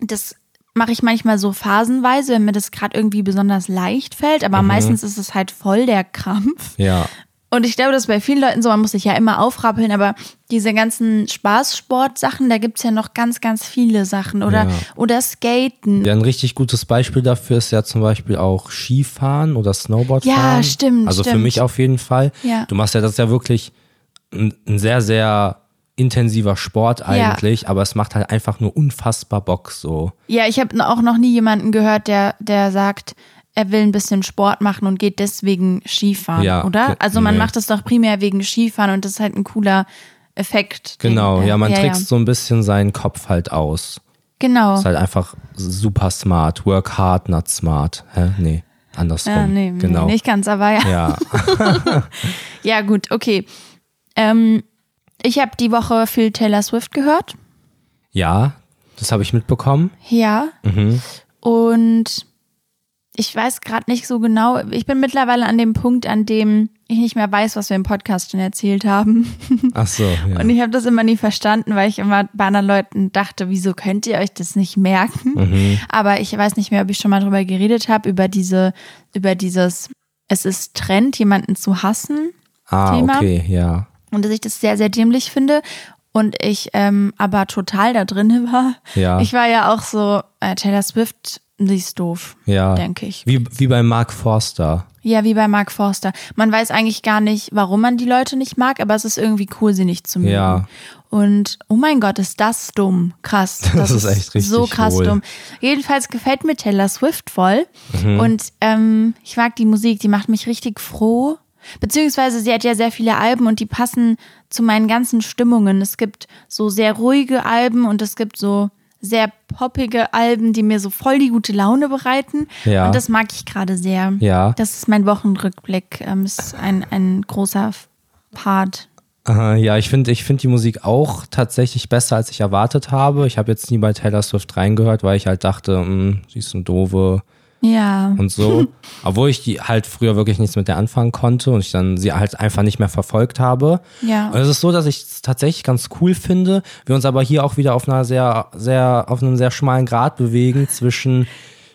S1: das mache ich manchmal so phasenweise, wenn mir das gerade irgendwie besonders leicht fällt, aber meistens ist es halt voll der Krampf.
S2: Ja.
S1: Und ich glaube, das ist bei vielen Leuten so, man muss sich ja immer aufrappeln, aber diese ganzen Spaßsport-Sachen, da gibt's ja noch ganz, ganz viele Sachen. Oder,
S2: Ja.
S1: oder Skaten.
S2: Ja, ein richtig gutes Beispiel dafür ist ja zum Beispiel auch Skifahren oder Snowboardfahren.
S1: Ja, stimmt,
S2: Also für
S1: stimmt.
S2: mich auf jeden Fall.
S1: Ja.
S2: Du machst ja das ist ja wirklich ein, ein sehr, sehr intensiver Sport eigentlich, aber es macht halt einfach nur unfassbar Bock so.
S1: Ja, ich habe auch noch nie jemanden gehört, der, der sagt, er will ein bisschen Sport machen und geht deswegen Skifahren,
S2: Ja,
S1: oder?
S2: ge-
S1: Also man
S2: nee.
S1: macht das doch primär wegen Skifahren und das ist halt ein cooler Effekt. den-
S2: Genau,
S1: äh,
S2: ja, man
S1: ja,
S2: trickst
S1: ja.
S2: so ein bisschen seinen Kopf halt aus.
S1: Genau.
S2: Ist halt einfach super smart. Work hard, not smart. Hä? Nee, andersrum.
S1: Ja, nee,
S2: genau.
S1: nee, nicht ganz, aber ja.
S2: Ja,
S1: Ja, gut, okay. Ähm, ich habe die Woche viel Taylor Swift gehört.
S2: ja, das habe ich mitbekommen.
S1: Ja. Und ich weiß gerade nicht so genau. Ich bin mittlerweile an dem Punkt, an dem ich nicht mehr weiß, was wir im Podcast schon erzählt haben.
S2: Ach so, ja.
S1: Und ich habe das immer nie verstanden, weil ich immer bei anderen Leuten dachte, wieso könnt ihr euch das nicht merken? Aber ich weiß nicht mehr, ob ich schon mal drüber geredet habe, über diese, über dieses, es ist Trend, jemanden zu hassen
S2: Ah,
S1: Thema.
S2: okay, ja.
S1: und dass ich das sehr, sehr dämlich finde und ich ähm, aber total da drin war.
S2: Ja.
S1: Ich war ja auch so, äh, Taylor Swift, sie ist doof,
S2: Ja.
S1: denke ich.
S2: Wie, wie bei Mark Forster.
S1: Ja, wie bei Mark Forster. Man weiß eigentlich gar nicht, warum man die Leute nicht mag, aber es ist irgendwie cool, sie nicht zu mögen.
S2: Ja.
S1: Und oh mein Gott, ist das dumm. Krass. Das,
S2: ist echt richtig
S1: So krass
S2: wohl.
S1: dumm. Jedenfalls gefällt mir Taylor Swift voll.
S2: Mhm.
S1: Und ähm, ich mag die Musik, die macht mich richtig froh. Beziehungsweise sie hat ja sehr viele Alben und die passen zu meinen ganzen Stimmungen. Es gibt so sehr ruhige Alben und es gibt so sehr poppige Alben, die mir so voll die gute Laune bereiten.
S2: Ja.
S1: Und das mag ich gerade sehr.
S2: Ja.
S1: Das ist mein Wochenrückblick. Ähm, ist ein, ein großer Part.
S2: Aha, ja, ich finde ich find die Musik auch tatsächlich besser, als ich erwartet habe. Ich habe jetzt nie bei Taylor Swift reingehört, weil ich halt dachte, hm, sie ist eine doofe
S1: Ja.
S2: und so. Obwohl ich die halt früher wirklich nichts mit der anfangen konnte und ich dann sie halt einfach nicht mehr verfolgt habe.
S1: Ja.
S2: Und es ist so, dass ich es tatsächlich ganz cool finde. Wir uns aber hier auch wieder auf einer sehr, sehr, auf einem sehr schmalen Grad bewegen zwischen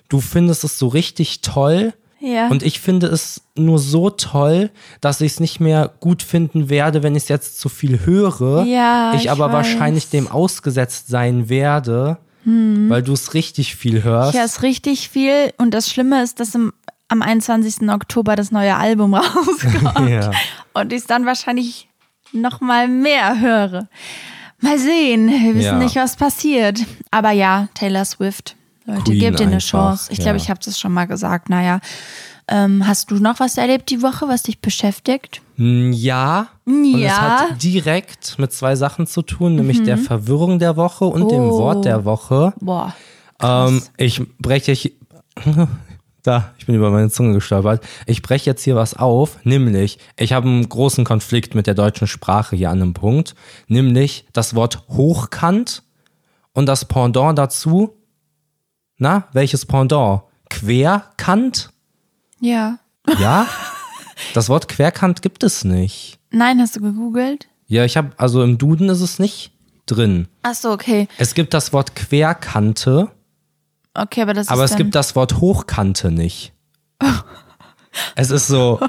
S2: du findest es so richtig toll
S1: ja.
S2: Und ich finde es nur so toll, dass ich es nicht mehr gut finden werde, wenn ich es jetzt zu viel höre.
S1: Ja,
S2: ich
S1: ich
S2: aber
S1: weiß.
S2: wahrscheinlich dem ausgesetzt sein werde, weil du es richtig viel hörst.
S1: Hm. ja, ist richtig viel. Und das Schlimme ist, dass im, am 21. Oktober das neue Album rauskommt.
S2: Ja.
S1: Und ich es dann wahrscheinlich noch mal mehr höre. Mal sehen. Wir wissen
S2: Ja.
S1: nicht, was passiert. Aber ja, Taylor Swift. Leute,
S2: Queen
S1: gebt ihr eine
S2: einfach,
S1: Chance. Ich
S2: ja.
S1: glaube, ich habe das schon mal gesagt. Naja. Ähm, hast du noch was erlebt die Woche, was dich beschäftigt?
S2: Mm, Ja. Und es
S1: Ja. Mhm.
S2: hat direkt mit zwei Sachen zu tun, nämlich der Verwirrung der Woche und dem
S1: Oh.
S2: Wort der Woche.
S1: Boah.
S2: Ähm, ich breche ich. Da, ich bin über meine Zunge gestolpert. Ich breche jetzt hier was auf, nämlich, ich habe einen großen Konflikt mit der deutschen Sprache hier an einem Punkt, nämlich das Wort hochkant und das Pendant dazu, na, welches Pendant? Querkant?
S1: Ja.
S2: Ja? Das Wort Querkant gibt es nicht.
S1: Nein, hast du gegoogelt?
S2: Ja, ich habe, also im Duden ist es nicht drin.
S1: Ach so, okay.
S2: Es gibt das Wort Querkante,
S1: Okay, aber das
S2: Aber
S1: ist
S2: es
S1: dann,
S2: gibt das Wort Hochkante nicht. Es ist so,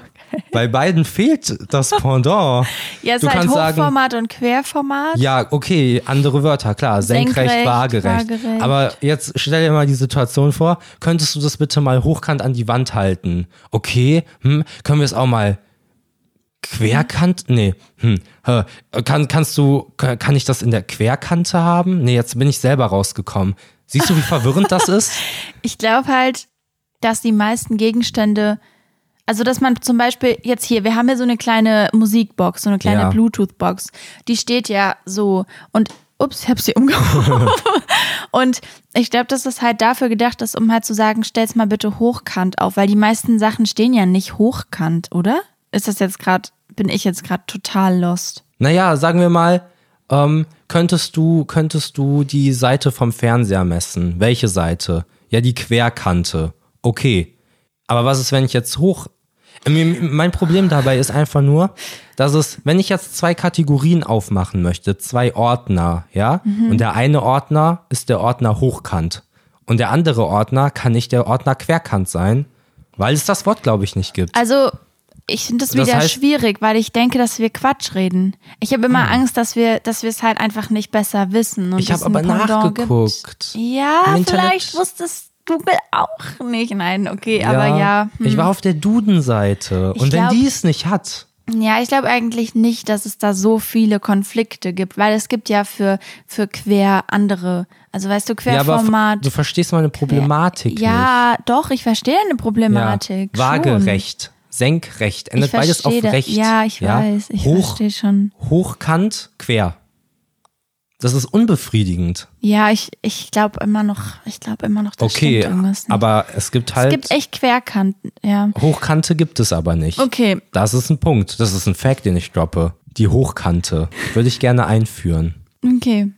S2: bei beiden fehlt das Pendant.
S1: ja, es ist
S2: du
S1: halt
S2: kannst sagen-
S1: Hochformat und Querformat.
S2: Ja, okay, andere Wörter, klar, senkrecht,
S1: Senkrecht,
S2: waagerecht.
S1: waagerecht.
S2: Aber jetzt stell dir mal die Situation vor, könntest du das bitte mal hochkant an die Wand halten? Okay, hm, können wir es auch mal Querkant? Nee, hm, hä, kann, kannst du, kann kann ich das in der Querkante haben? Nee, jetzt bin ich selber rausgekommen. Siehst du, wie verwirrend das ist?
S1: Ich glaube halt, dass die meisten Gegenstände, also dass man zum Beispiel jetzt hier, wir haben ja so eine kleine Musikbox, so eine kleine
S2: Ja.
S1: Bluetooth-Box, die steht ja so und ups, ich hab sie umgeworfen. und ich glaube, das ist halt dafür gedacht, dass um halt zu sagen, stell's mal bitte hochkant auf, weil die meisten Sachen stehen ja nicht hochkant, oder? Ist das jetzt gerade, bin ich jetzt gerade total lost?
S2: Naja, sagen wir mal, ähm, könntest du, könntest du die Seite vom Fernseher messen? Welche Seite? Ja, die Querkante. Okay. Aber was ist, wenn ich jetzt hoch. Mir- Mein Problem dabei ist einfach nur, dass es, wenn ich jetzt zwei Kategorien aufmachen möchte, zwei Ordner, ja,
S1: Mhm.
S2: und der eine Ordner ist der Ordner hochkant und der andere Ordner kann nicht der Ordner querkant sein, weil es das Wort, glaube ich, nicht gibt.
S1: Also Ich finde das
S2: Das
S1: wieder
S2: heißt-
S1: schwierig, weil ich denke, dass wir Quatsch reden. Ich habe immer Angst, dass wir dass wir es halt einfach nicht besser wissen. Und
S2: Hm. Ich hab
S1: es ein
S2: aber
S1: Pendant
S2: nachgeguckt.
S1: Gibt. Ja,
S2: Im Internet.
S1: vielleicht wusstest Google auch nicht. Nein, okay, aber
S2: Ja,
S1: ja. Hm.
S2: Ich war auf der Duden-Seite.
S1: Ich
S2: Und wenn
S1: glaub-
S2: die es nicht hat,
S1: Hm. Ja, ich glaube eigentlich nicht, dass es da so viele Konflikte gibt, weil es gibt ja für, für quer andere, also weißt du,
S2: ja, aber f-
S1: Querformat.
S2: du verstehst meine Problematik nicht.
S1: Ja, doch, ich verstehe eine Problematik.
S2: Ja. Waagerecht, senkrecht,
S1: Schon.
S2: endet
S1: Ich
S2: beides auf
S1: verstehe das.
S2: recht.
S1: Ja, ich weiß, ich
S2: Hoch,
S1: verstehe schon.
S2: hochkant, quer. Das ist unbefriedigend.
S1: Ja, ich, ich glaube immer noch, ich glaube immer noch, da stimmt
S2: Okay,
S1: irgendwas nicht.
S2: aber es gibt
S1: es
S2: halt
S1: gibt echt Querkanten, ja.
S2: Hochkante gibt es aber nicht.
S1: Okay.
S2: Das ist ein Punkt. Das ist ein Fact, den ich droppe. Die Hochkante würde ich gerne einführen.
S1: Okay.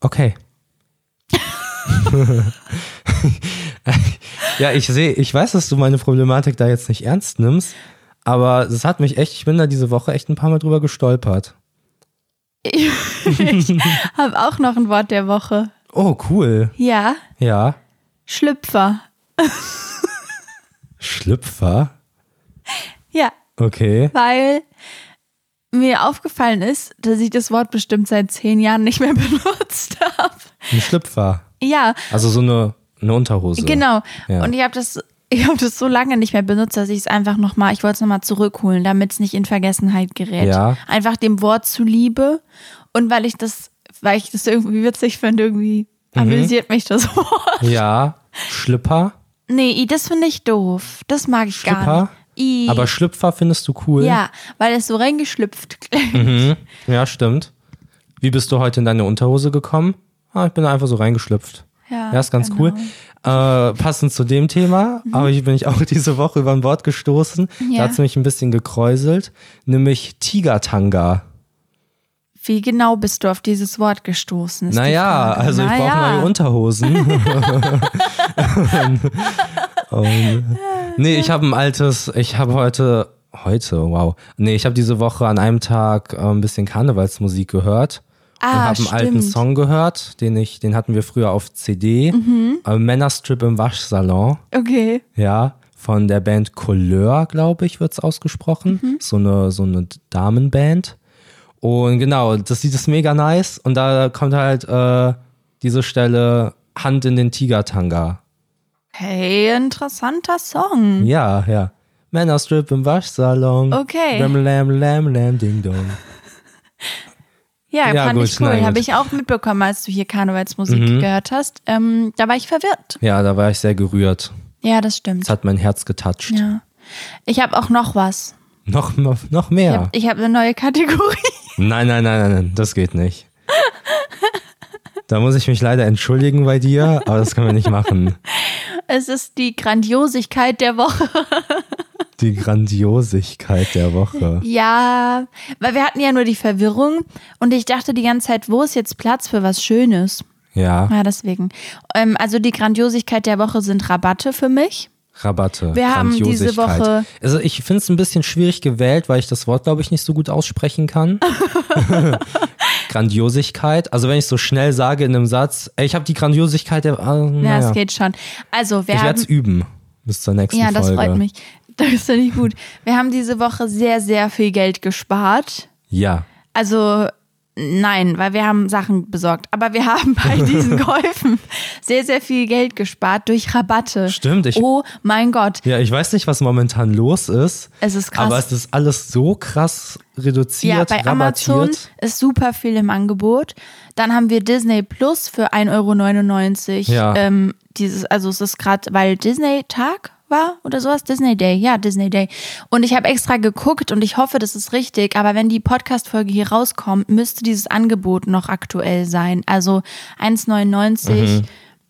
S2: Okay. ja, ich sehe, ich weiß, dass du meine Problematik da jetzt nicht ernst nimmst, aber es hat mich echt, ich bin da diese Woche echt ein paar Mal drüber gestolpert.
S1: Hab auch noch ein Wort der Woche.
S2: Oh, cool.
S1: Ja,
S2: Ja.
S1: Schlüpfer.
S2: Schlüpfer.
S1: Ja,
S2: Okay.
S1: weil mir aufgefallen ist, dass ich das Wort bestimmt seit zehn Jahren nicht mehr benutzt habe.
S2: Ein Schlüpfer.
S1: Ja,
S2: Also so eine, eine Unterhose.
S1: genau.
S2: Ja.
S1: Und ich habe das, ich habe das so lange nicht mehr benutzt, dass ich es einfach noch mal, ich wollte es noch mal zurückholen, damit es nicht in Vergessenheit gerät.
S2: Ja.
S1: Einfach dem Wort zuliebe und weil ich das, weil ich das irgendwie witzig finde, irgendwie
S2: Mhm.
S1: amüsiert mich das Wort.
S2: Ja. Schlüpper.
S1: Nee, i, das finde ich doof. Das mag ich
S2: Schlüpper?
S1: gar nicht. I,
S2: Aber Schlüpfer findest du cool.
S1: ja, weil es so reingeschlüpft klingt.
S2: Mhm. Ja, stimmt. Wie bist du heute in deine Unterhose gekommen? Ah, ich bin da einfach so reingeschlüpft.
S1: Ja,
S2: ist ganz
S1: genau.
S2: cool. Äh, passend zu dem Thema, aber ich bin ich auch diese Woche über ein Wort gestoßen.
S1: Mhm. Ja.
S2: Da hat es mich ein bisschen gekräuselt, nämlich Tigertanga.
S1: Wie genau bist du auf dieses Wort gestoßen? Ist die
S2: Naja,
S1: Frage.
S2: also ich brauche
S1: Naja.
S2: neue Unterhosen. Ähm, nee, ich habe ein altes, ich habe heute, heute, wow. Nee, ich habe diese Woche an einem Tag äh, ein bisschen Karnevalsmusik gehört. und
S1: Ah,
S2: habe einen alten
S1: stimmt.
S2: Song gehört, den ich, den hatten wir früher auf CD.
S1: Mhm.
S2: Äh, Männerstrip im Waschsalon.
S1: Okay.
S2: Ja, von der Band Couleur, glaube ich, wird's ausgesprochen.
S1: Mhm.
S2: So, eine, so eine Damenband. Und genau, das Lied ist mega nice. Und da kommt halt äh, diese Stelle Hand in den Tiger-Tanga.
S1: Hey, interessanter Song.
S2: Ja, ja. Männerstrip im Waschsalon.
S1: Okay.
S2: Ram, lam, lam, lam, ding, dong.
S1: Ja,
S2: Ja,
S1: fand
S2: gut,
S1: ich cool.
S2: nein, gut. Mhm.
S1: Habe ich auch mitbekommen, als du hier Karnevalsmusik gehört hast. Ähm, da war ich verwirrt.
S2: Ja, da war ich sehr gerührt.
S1: Ja, das stimmt.
S2: Das hat mein Herz getatscht.
S1: Ja. Ich habe auch noch was.
S2: Noch, noch
S1: Ich
S2: mehr.
S1: habe hab eine neue Kategorie.
S2: Nein, nein, nein, nein, nein, das geht nicht. Da muss ich mich leider entschuldigen bei dir, aber das können wir nicht machen.
S1: Es ist die Grandiosigkeit der Woche.
S2: Die Grandiosigkeit der Woche.
S1: Ja, weil wir hatten ja nur die Verwirrung und ich dachte die ganze Zeit, wo ist jetzt Platz für was Schönes?
S2: Ja,
S1: Ja, deswegen. Ähm, also die Grandiosigkeit der Woche sind Rabatte für mich.
S2: Rabatte.
S1: Wir haben diese
S2: Grandiosigkeit.
S1: Woche-
S2: Also ich finde es ein bisschen schwierig gewählt, weil ich das Wort, glaube ich, nicht so gut aussprechen kann. Grandiosigkeit. Also wenn ich so schnell sage in einem Satz, ey, ich habe die Grandiosigkeit der... Ah,
S1: Ja,
S2: naja.
S1: es geht schon. Also wir
S2: ich werde es
S1: haben,
S2: üben bis zur nächsten
S1: ja,
S2: Folge.
S1: das freut mich. Das ist ja nicht gut. Wir haben diese Woche sehr, sehr viel Geld gespart.
S2: Ja,
S1: Also nein, weil wir haben Sachen besorgt. Aber wir haben bei diesen Käufen sehr, sehr viel Geld gespart durch Rabatte.
S2: Stimmt, ich-
S1: oh mein Gott.
S2: Ja, ich weiß nicht, was momentan los ist.
S1: Es ist krass.
S2: Aber es ist alles so krass reduziert,
S1: Ja, bei
S2: rabattiert.
S1: Amazon ist super viel im Angebot. Dann haben wir Disney Plus für 1,99 Euro.
S2: Ja.
S1: Ähm, dieses, also es ist gerade, weil Disney Tag war oder sowas, Disney Day, ja, Disney Day. Und ich habe extra geguckt und ich hoffe, das ist richtig, aber wenn die Podcast-Folge hier rauskommt, müsste dieses Angebot noch aktuell sein. Also
S2: Mhm.
S1: 1,99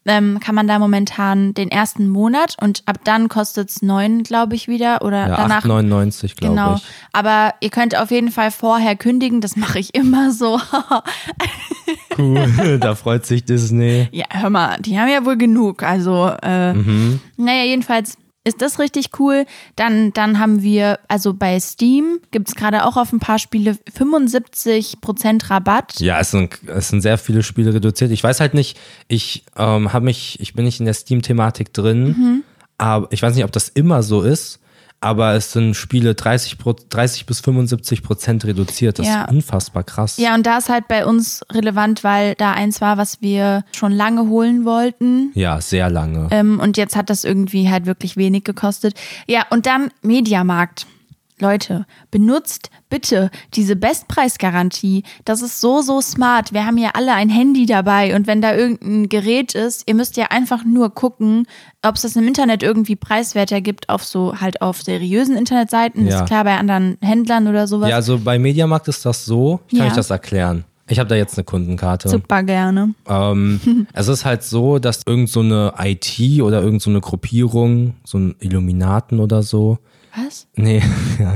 S1: ähm, kann man da momentan den ersten Monat und ab dann kostet es 9, glaube ich, wieder oder
S2: ja,
S1: danach
S2: 8,99 glaube
S1: Genau.
S2: ich.
S1: Aber ihr könnt auf jeden Fall vorher kündigen, das mache ich immer so.
S2: Cool, da freut sich Disney.
S1: ja, hör mal, die haben ja wohl genug. Also, äh,
S2: Mhm.
S1: naja, jedenfalls ist das richtig cool. Dann, dann haben wir, also bei Steam gibt es gerade auch auf ein paar Spiele 75% Rabatt.
S2: Ja, es sind, es sind sehr viele Spiele reduziert. Ich weiß halt nicht, ich
S1: Mhm.
S2: ähm, habe mich, ich bin nicht in der Steam-Thematik drin, aber ich weiß nicht, ob das immer so ist. aber es sind Spiele 30, Pro 30 bis 75 Prozent reduziert. Das
S1: Ja.
S2: ist unfassbar krass.
S1: Ja, und da ist halt bei uns relevant, weil da eins war, was wir schon lange holen wollten.
S2: Ja, sehr lange.
S1: Ähm, und jetzt hat das irgendwie halt wirklich wenig gekostet. Ja, und dann Mediamarkt. Leute, benutzt bitte diese Bestpreisgarantie. Das ist so, so smart. Wir haben ja alle ein Handy dabei und wenn da irgendein Gerät ist, ihr müsst ja einfach nur gucken, ob es das im Internet irgendwie preiswerter gibt, auf so halt auf seriösen Internetseiten.
S2: Ja.
S1: Ist klar bei anderen Händlern oder sowas.
S2: ja, also bei Mediamarkt ist das so. Ich kann
S1: Ja.
S2: euch das erklären. Ich habe da jetzt eine Kundenkarte.
S1: Super gerne.
S2: Ähm, es ist halt so, dass irgend so eine IT oder irgend so eine Gruppierung, so ein Illuminaten oder so.
S1: Was?
S2: Nee.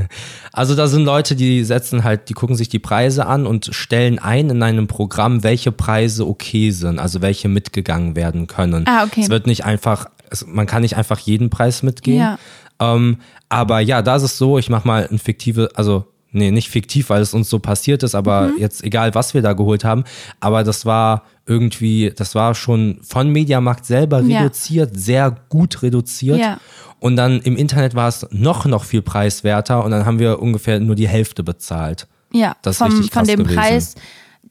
S2: Also da sind Leute, die setzen halt, die gucken sich die Preise an und stellen ein in einem Programm, welche Preise okay sind, also welche mitgegangen werden können.
S1: Ah, okay.
S2: Es wird nicht einfach, es, man kann nicht einfach jeden Preis mitgehen.
S1: Ja.
S2: Ähm, aber ja, da ist es so, ich mach mal ein fiktive, also nee, nicht fiktiv, weil es uns so passiert ist,
S1: Mhm.
S2: aber jetzt egal, was wir da geholt haben, aber das war irgendwie, das war schon von Mediamarkt selber
S1: Ja.
S2: reduziert, sehr gut reduziert.
S1: Ja.
S2: Und dann im Internet war es noch, noch viel preiswerter und dann haben wir ungefähr nur die Hälfte bezahlt.
S1: Ja,
S2: Das ist
S1: vom,
S2: richtig
S1: von
S2: krass
S1: dem
S2: gewesen.
S1: Preis,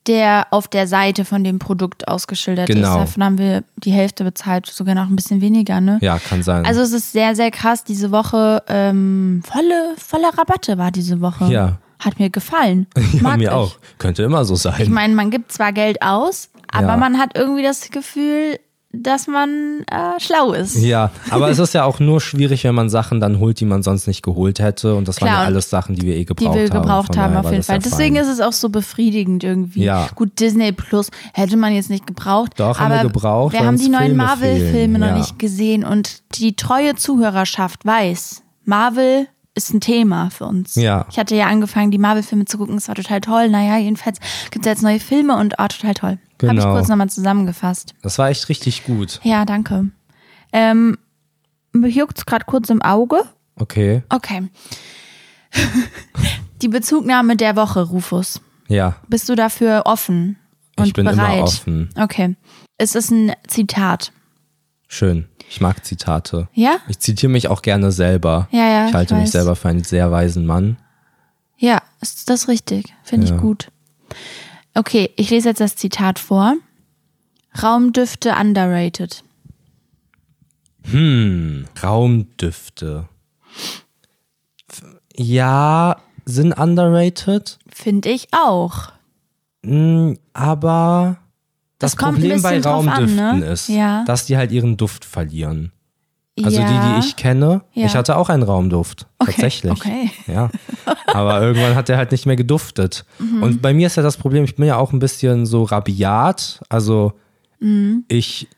S1: der auf der Seite von dem Produkt ausgeschildert
S2: Genau.
S1: ist. Davon haben wir die Hälfte bezahlt, sogar noch ein bisschen weniger, ne?
S2: Ja, kann sein.
S1: Also es ist sehr, sehr krass. Diese Woche ähm, volle, volle Rabatte war diese Woche.
S2: Ja.
S1: Hat mir gefallen.
S2: ja,
S1: Mag
S2: mir
S1: ich.
S2: auch. Könnte immer so sein.
S1: Ich meine, man gibt zwar Geld aus, aber
S2: Ja.
S1: man hat irgendwie das Gefühl, dass man äh, schlau ist.
S2: ja, aber es ist ja auch nur schwierig, wenn man Sachen dann holt, die man sonst nicht geholt hätte. Und das
S1: Klar,
S2: waren ja
S1: und
S2: alles Sachen, die wir eh
S1: die
S2: gebraucht
S1: wir
S2: haben.
S1: gebraucht
S2: Von
S1: haben,
S2: daher
S1: auf
S2: war
S1: jeden
S2: das ja
S1: Fall. Deswegen
S2: fein.
S1: ist es auch so befriedigend irgendwie.
S2: Ja.
S1: Gut, Disney Plus hätte man jetzt nicht gebraucht.
S2: Doch, haben
S1: aber
S2: wir gebraucht,
S1: Wir
S2: weil
S1: haben
S2: uns
S1: die neuen
S2: Filme fehlen.
S1: Marvel-Filme noch
S2: Ja.
S1: nicht gesehen und die treue Zuhörerschaft weiß, Marvel ist ein Thema für uns.
S2: Ja.
S1: Ich hatte ja angefangen, die Marvel-Filme zu gucken, es war total toll. Naja, jedenfalls gibt es jetzt neue Filme und oh, total toll. Habe ich
S2: Genau.
S1: kurz nochmal zusammengefasst.
S2: Das war echt richtig gut.
S1: Ja, danke. Ähm, mich juckt's gerade kurz im Auge.
S2: Okay.
S1: Okay. Die Bezugnahme der Woche, Rufus.
S2: Ja.
S1: Bist du dafür offen und
S2: Ich bin immer
S1: bereit?
S2: offen.
S1: Okay. Es ist ein Zitat.
S2: Schön. Ich mag Zitate.
S1: Ja?
S2: Ich zitiere mich auch gerne selber.
S1: Ja, ja,
S2: Ich halte
S1: ich
S2: mich
S1: weiß.
S2: selber für einen sehr weisen Mann.
S1: Ja, ist das richtig. Finde
S2: Ja.
S1: ich gut. Okay, ich lese jetzt das Zitat vor. Raumdüfte underrated.
S2: Hm, Raumdüfte. F- Ja, sind underrated,
S1: Finde ich auch.
S2: mm, aber das,
S1: kommt ein
S2: Problem bei
S1: bisschen drauf an,
S2: Raumdüften
S1: ne?
S2: ist,
S1: Ja.
S2: dass die halt ihren Duft verlieren. Also
S1: ja.
S2: die, die ich kenne,
S1: Ja.
S2: ich hatte auch einen Raumduft. Tatsächlich.
S1: okay.
S2: Ja. Aber irgendwann hat der halt nicht mehr geduftet.
S1: Mhm.
S2: Und bei mir ist ja das Problem, ich bin ja auch ein bisschen so rabiat. Also
S1: Mhm.
S2: ich,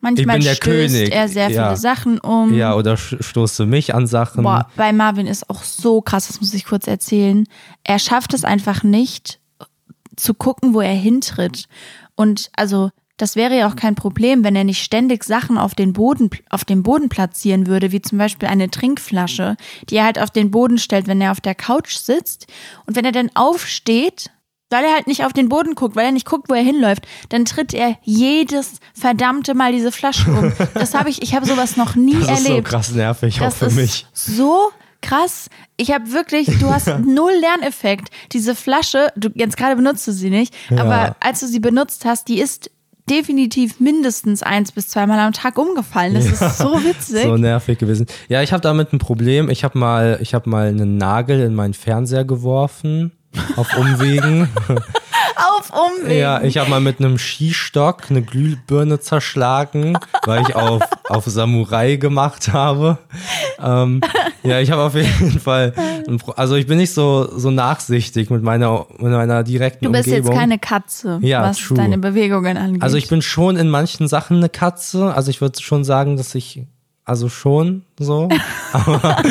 S1: Manchmal
S2: bin der
S1: stößt
S2: König.
S1: er sehr
S2: Ja.
S1: viele Sachen um.
S2: ja, oder sch- stoße mich an Sachen.
S1: Boah, bei Marvin ist auch so krass, das muss ich kurz erzählen. Er schafft es einfach nicht, zu gucken, wo er hintritt. Und also, das wäre ja auch kein Problem, wenn er nicht ständig Sachen auf den Boden, auf dem Boden platzieren würde, wie zum Beispiel eine Trinkflasche, die er halt auf den Boden stellt, wenn er auf der Couch sitzt. Und wenn er dann aufsteht, weil er halt nicht auf den Boden guckt, weil er nicht guckt, wo er hinläuft, dann tritt er jedes verdammte Mal diese Flasche um. Das habe ich, ich habe sowas noch nie
S2: das ist so
S1: erlebt.
S2: krass nervig, auch
S1: Das
S2: für
S1: ist
S2: mich.
S1: so krass. Ich habe wirklich, du hast null Lerneffekt. Diese Flasche, du jetzt gerade benutzt du sie nicht, aber als du sie benutzt hast, die ist definitiv mindestens eins bis zweimal am Tag umgefallen. Das ist so witzig.
S2: So nervig gewesen. Ja, ich habe damit ein Problem. Ich habe mal, ich habe mal einen Nagel in meinen Fernseher geworfen. Auf Umwegen.
S1: Auf Umwegen.
S2: ja, ich habe mal mit einem Skistock eine Glühbirne zerschlagen, weil ich auf, auf Samurai gemacht habe. Ähm, ja, ich habe auf jeden Fall, ein Pro also ich bin nicht so, so nachsichtig mit meiner, mit meiner direkten
S1: du bist
S2: Umgebung.
S1: jetzt keine Katze,
S2: Ja,
S1: was
S2: true.
S1: deine Bewegungen angeht.
S2: Also ich bin schon in manchen Sachen eine Katze. Also ich würde schon sagen, dass ich, also schon so. Aber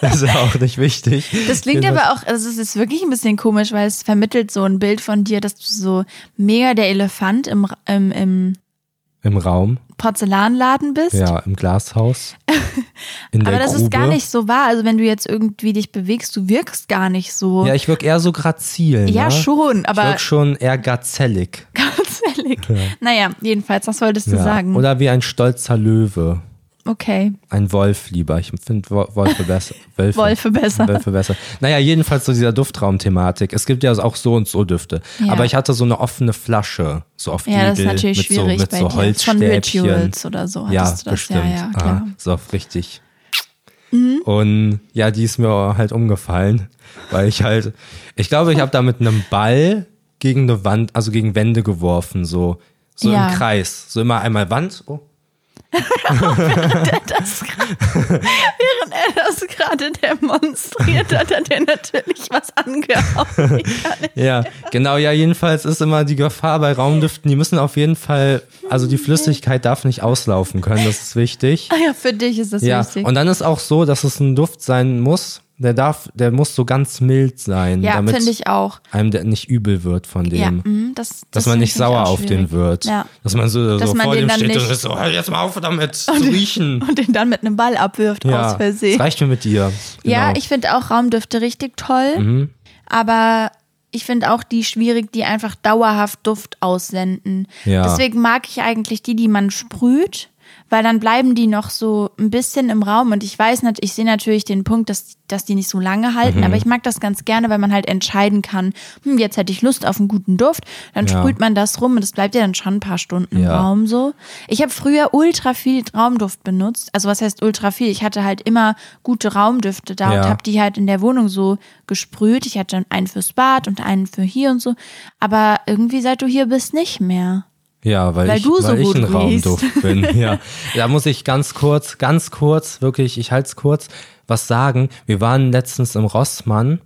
S2: das ist ja auch nicht wichtig.
S1: das klingt
S2: Jedenfalls-
S1: aber auch, also es ist wirklich ein bisschen komisch, weil es vermittelt so ein Bild von dir, dass du so mega der Elefant im, im, im
S2: Im Raum,
S1: Porzellanladen bist.
S2: ja, im Glashaus. In der
S1: Aber das
S2: Grube.
S1: ist gar nicht so wahr. Also wenn du jetzt irgendwie dich bewegst, du wirkst gar nicht so.
S2: Ja, ich wirke eher so grazil.
S1: Ja,
S2: ne?
S1: schon,
S2: ich
S1: aber
S2: wirke schon eher gazellig.
S1: ganz ehrlich. Naja, jedenfalls, was wolltest du
S2: Ja.
S1: sagen?
S2: Oder wie ein stolzer Löwe.
S1: Okay.
S2: Ein Wolf lieber. Ich finde Wolfe besser. Wölfe.
S1: Wolfe besser.
S2: Wölfe besser. Naja, jedenfalls zu dieser Duftraum-Thematik. Es gibt ja auch so und so Düfte.
S1: Ja.
S2: Aber ich hatte so eine offene Flasche, so auf
S1: Ja, das ist
S2: Riegel,
S1: natürlich
S2: mit
S1: schwierig
S2: so, mit
S1: bei
S2: so
S1: dir. Von
S2: Holzstäbchen.
S1: Rituals oder so
S2: ja,
S1: hattest du das.
S2: bestimmt.
S1: Ja, ja,
S2: Ah,
S1: klar. Mhm.
S2: so richtig. Und ja, die ist mir halt umgefallen, weil ich halt, ich glaube, ich habe da mit einem Ball gegen eine Wand, also gegen Wände geworfen, so, so
S1: Ja.
S2: im Kreis, so immer einmal Wand. Oh.
S1: Während er das gerade demonstriert, hat er dir natürlich was angehauen.
S2: Ja, genau, ja, jedenfalls ist immer die Gefahr bei Raumdüften, die müssen auf jeden Fall, also die Flüssigkeit darf nicht auslaufen können, das ist wichtig.
S1: Ah ja, für dich ist das
S2: Ja,
S1: wichtig.
S2: und dann ist auch so, dass es ein Duft sein muss, der darf, der muss so ganz mild sein,
S1: ja,
S2: damit
S1: finde ich auch.
S2: einem der nicht übel wird von dem.
S1: Ja, mhm, das, das
S2: Dass man nicht
S1: finde ich
S2: sauer
S1: auch
S2: auf
S1: schwierig.
S2: den wird.
S1: Ja.
S2: Dass man so,
S1: Dass
S2: so
S1: man
S2: vor
S1: den
S2: dem
S1: dann
S2: steht
S1: nicht-
S2: und ist so, hör jetzt mal auf damit zu riechen.
S1: Und den dann mit einem Ball abwirft aus
S2: Ja,
S1: Versehen.
S2: das reicht mir mit dir.
S1: Ja,
S2: Genau. Mhm.
S1: ich finde auch Raumdüfte richtig toll, aber ich finde auch die schwierig, die einfach dauerhaft Duft aussenden.
S2: Ja.
S1: Deswegen mag ich eigentlich die, die man sprüht, weil dann bleiben die noch so ein bisschen im Raum und ich weiß nicht, ich sehe natürlich den Punkt, dass, dass die nicht so lange halten,
S2: Mhm.
S1: aber ich mag das ganz gerne, weil man halt entscheiden kann, hm, jetzt hätte ich Lust auf einen guten Duft, dann
S2: Ja.
S1: sprüht man das rum und das bleibt ja dann schon ein paar Stunden im
S2: Ja.
S1: Raum. Raum so. Ich habe früher ultra viel Raumduft benutzt. Also was heißt ultra viel? Ich hatte halt immer gute Raumdüfte da und
S2: Ja.
S1: habe die halt in der Wohnung so gesprüht. Ich hatte einen fürs Bad und einen für hier und so. Aber irgendwie seit du hier bist nicht mehr.
S2: Ja, weil,
S1: Weil
S2: ich,
S1: du so
S2: weil ich
S1: gut
S2: ein
S1: riechst.
S2: Raumduft bin. Ja. Da muss ich ganz kurz, ganz kurz, wirklich, ich halte es kurz, was sagen. Wir waren letztens im Rossmann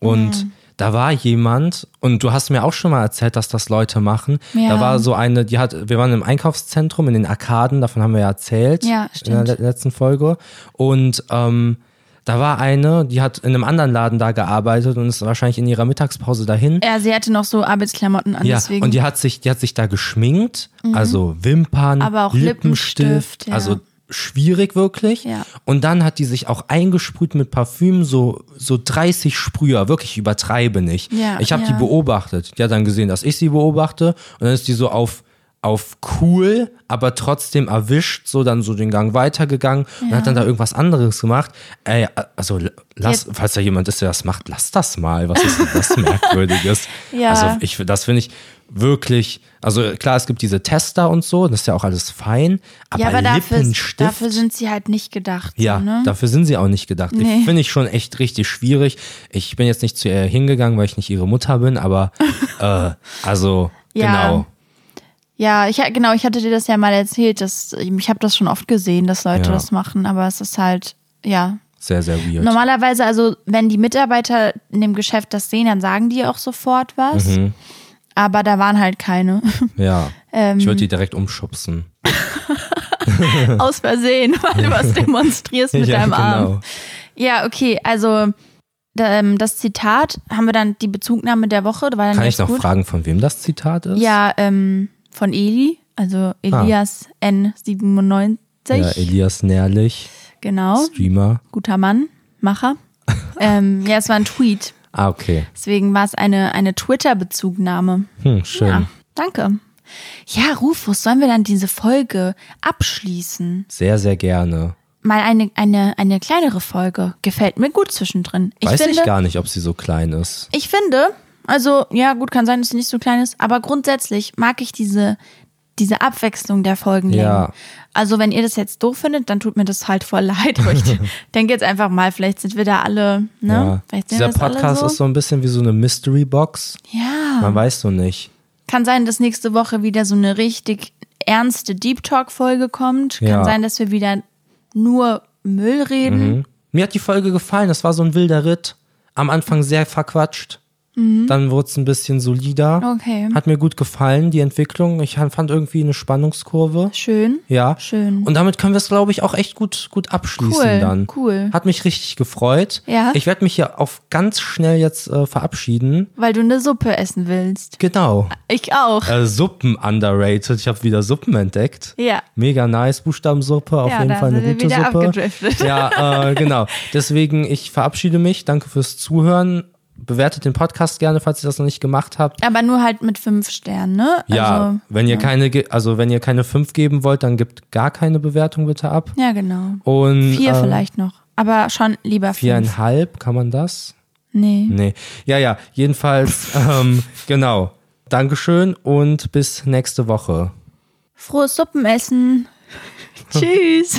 S2: und da war jemand, und du hast mir auch schon mal erzählt, dass das Leute machen.
S1: Ja.
S2: Da war so eine, die hat, wir waren im Einkaufszentrum in den Arkaden, davon haben wir ja erzählt
S1: Ja,
S2: in
S1: stimmt.
S2: der le- letzten Folge. Und ähm, da war eine, die hat in einem anderen Laden da gearbeitet und ist wahrscheinlich in ihrer Mittagspause dahin.
S1: Ja, sie hatte noch so Arbeitsklamotten an,
S2: Ja,
S1: deswegen. Mhm.
S2: und die hat sich, die hat sich da geschminkt, also Wimpern,
S1: Aber auch Lippenstift,
S2: Lippenstift,
S1: ja.
S2: also schwierig wirklich.
S1: Ja.
S2: Und dann hat die sich auch eingesprüht mit Parfüm, so, so 30 Sprüher, wirklich übertreibe nicht.
S1: Ja,
S2: ich habe
S1: ja.
S2: die beobachtet. Die hat dann gesehen, dass ich sie beobachte und dann ist die so auf auf cool, aber trotzdem erwischt, so dann so den Gang weitergegangen und hat dann da irgendwas anderes gemacht. Ey, also lass, falls da jemand ist, der das macht, lass das mal. Was ist denn das Merkwürdiges?
S1: Ja.
S2: Also ich, das finde ich wirklich, also klar, es gibt diese Tester und so, das ist ja auch alles fein, aber,
S1: ja, aber dafür,
S2: Lippenstift,
S1: dafür sind sie halt nicht gedacht.
S2: ja,
S1: so, ne?
S2: dafür sind sie auch nicht gedacht.
S1: Nee.
S2: Ich finde ich schon echt richtig schwierig. Ich bin jetzt nicht zu ihr hingegangen, weil ich nicht ihre Mutter bin, aber äh, also
S1: Ja.
S2: genau.
S1: Ja, ich, genau, ich hatte dir das ja mal erzählt, dass ich habe das schon oft gesehen, dass Leute
S2: Ja.
S1: das machen, aber es ist halt, ja,
S2: Sehr, sehr weird.
S1: Normalerweise, also wenn die Mitarbeiter in dem Geschäft das sehen, dann sagen die auch sofort was.
S2: Mhm.
S1: Aber da waren halt keine.
S2: ja.
S1: Ähm,
S2: ich würde die direkt umschubsen.
S1: Aus Versehen, weil du was demonstrierst mit
S2: ja,
S1: deinem Arm.
S2: genau.
S1: Ja, okay, also da, ähm, das Zitat, haben wir dann die Bezugnahme der Woche? War dann
S2: Kann ich
S1: jetzt
S2: noch
S1: gut?
S2: fragen, von wem das Zitat ist?
S1: Ja, ähm, von Eli, also Elias N97.
S2: Ah. Ja, Elias Nährlich,
S1: genau,
S2: Streamer.
S1: guter Mann, Macher. ähm, ja, es war ein Tweet,
S2: Ah, okay.
S1: deswegen war es eine, eine Twitter-Bezugnahme.
S2: Hm, schön.
S1: Ja, danke. Ja, Rufus, sollen wir dann diese Folge abschließen?
S2: Sehr, sehr gerne.
S1: Mal eine, eine, eine kleinere Folge. Gefällt mir gut zwischendrin. Ich
S2: Weiß
S1: finde,
S2: ich gar nicht, ob sie so klein ist.
S1: ich finde, also ja, gut, kann sein, dass sie nicht so klein ist, aber grundsätzlich mag ich diese, diese Abwechslung der Folgenlängen.
S2: Ja.
S1: Also, wenn ihr das jetzt doof findet, dann tut mir das halt voll leid. Aber ich denke jetzt einfach mal, vielleicht sind wir da alle, ne?
S2: Ja.
S1: Vielleicht sind
S2: Dieser
S1: wir das
S2: Podcast
S1: alle
S2: ist
S1: so.
S2: so ein bisschen wie so eine Mystery Box.
S1: Ja.
S2: Man weiß so nicht.
S1: Kann sein, dass nächste Woche wieder so eine richtig ernste Deep Talk-Folge kommt. Kann
S2: Ja. Mhm.
S1: sein, dass wir wieder nur Müll reden.
S2: Mir hat die Folge gefallen. Das war so ein wilder Ritt. Am Anfang sehr verquatscht. Dann wurde es ein bisschen solider.
S1: Mhm. Okay.
S2: Hat mir gut gefallen, die Entwicklung. Ich han- fand irgendwie eine Spannungskurve.
S1: Schön.
S2: Ja.
S1: Schön.
S2: Und damit können wir es, glaube ich, auch echt gut, gut abschließen
S1: Cool,
S2: dann.
S1: cool.
S2: Hat mich richtig gefreut.
S1: Ja.
S2: Ich werde mich hier auf ganz schnell jetzt äh, verabschieden.
S1: Weil du eine Suppe essen willst.
S2: Genau.
S1: Ich auch.
S2: Äh, Suppen underrated. Ich habe wieder Suppen entdeckt.
S1: Ja.
S2: Mega nice. Buchstabensuppe. Auf
S1: Ja,
S2: jeden
S1: da
S2: Fall eine
S1: sind wir
S2: gute
S1: wieder
S2: Suppe.
S1: abgedriftet.
S2: Ja, äh, genau. Deswegen, ich verabschiede mich. Danke fürs Zuhören. bewertet den Podcast gerne, falls ihr das noch nicht gemacht habt.
S1: Aber nur halt mit fünf Sternen, ne?
S2: Ja,
S1: Also,
S2: wenn ihr
S1: ja.
S2: keine, ge- also wenn ihr keine fünf geben wollt, dann gebt gar keine Bewertung bitte ab.
S1: Ja, genau.
S2: Und
S1: Vier
S2: äh,
S1: vielleicht noch. Aber schon lieber fünf.
S2: Viereinhalb, kann man das?
S1: Nee.
S2: Nee. Ja, ja, jedenfalls, ähm, genau. Dankeschön und bis nächste Woche.
S1: Frohes Suppenessen. Tschüss.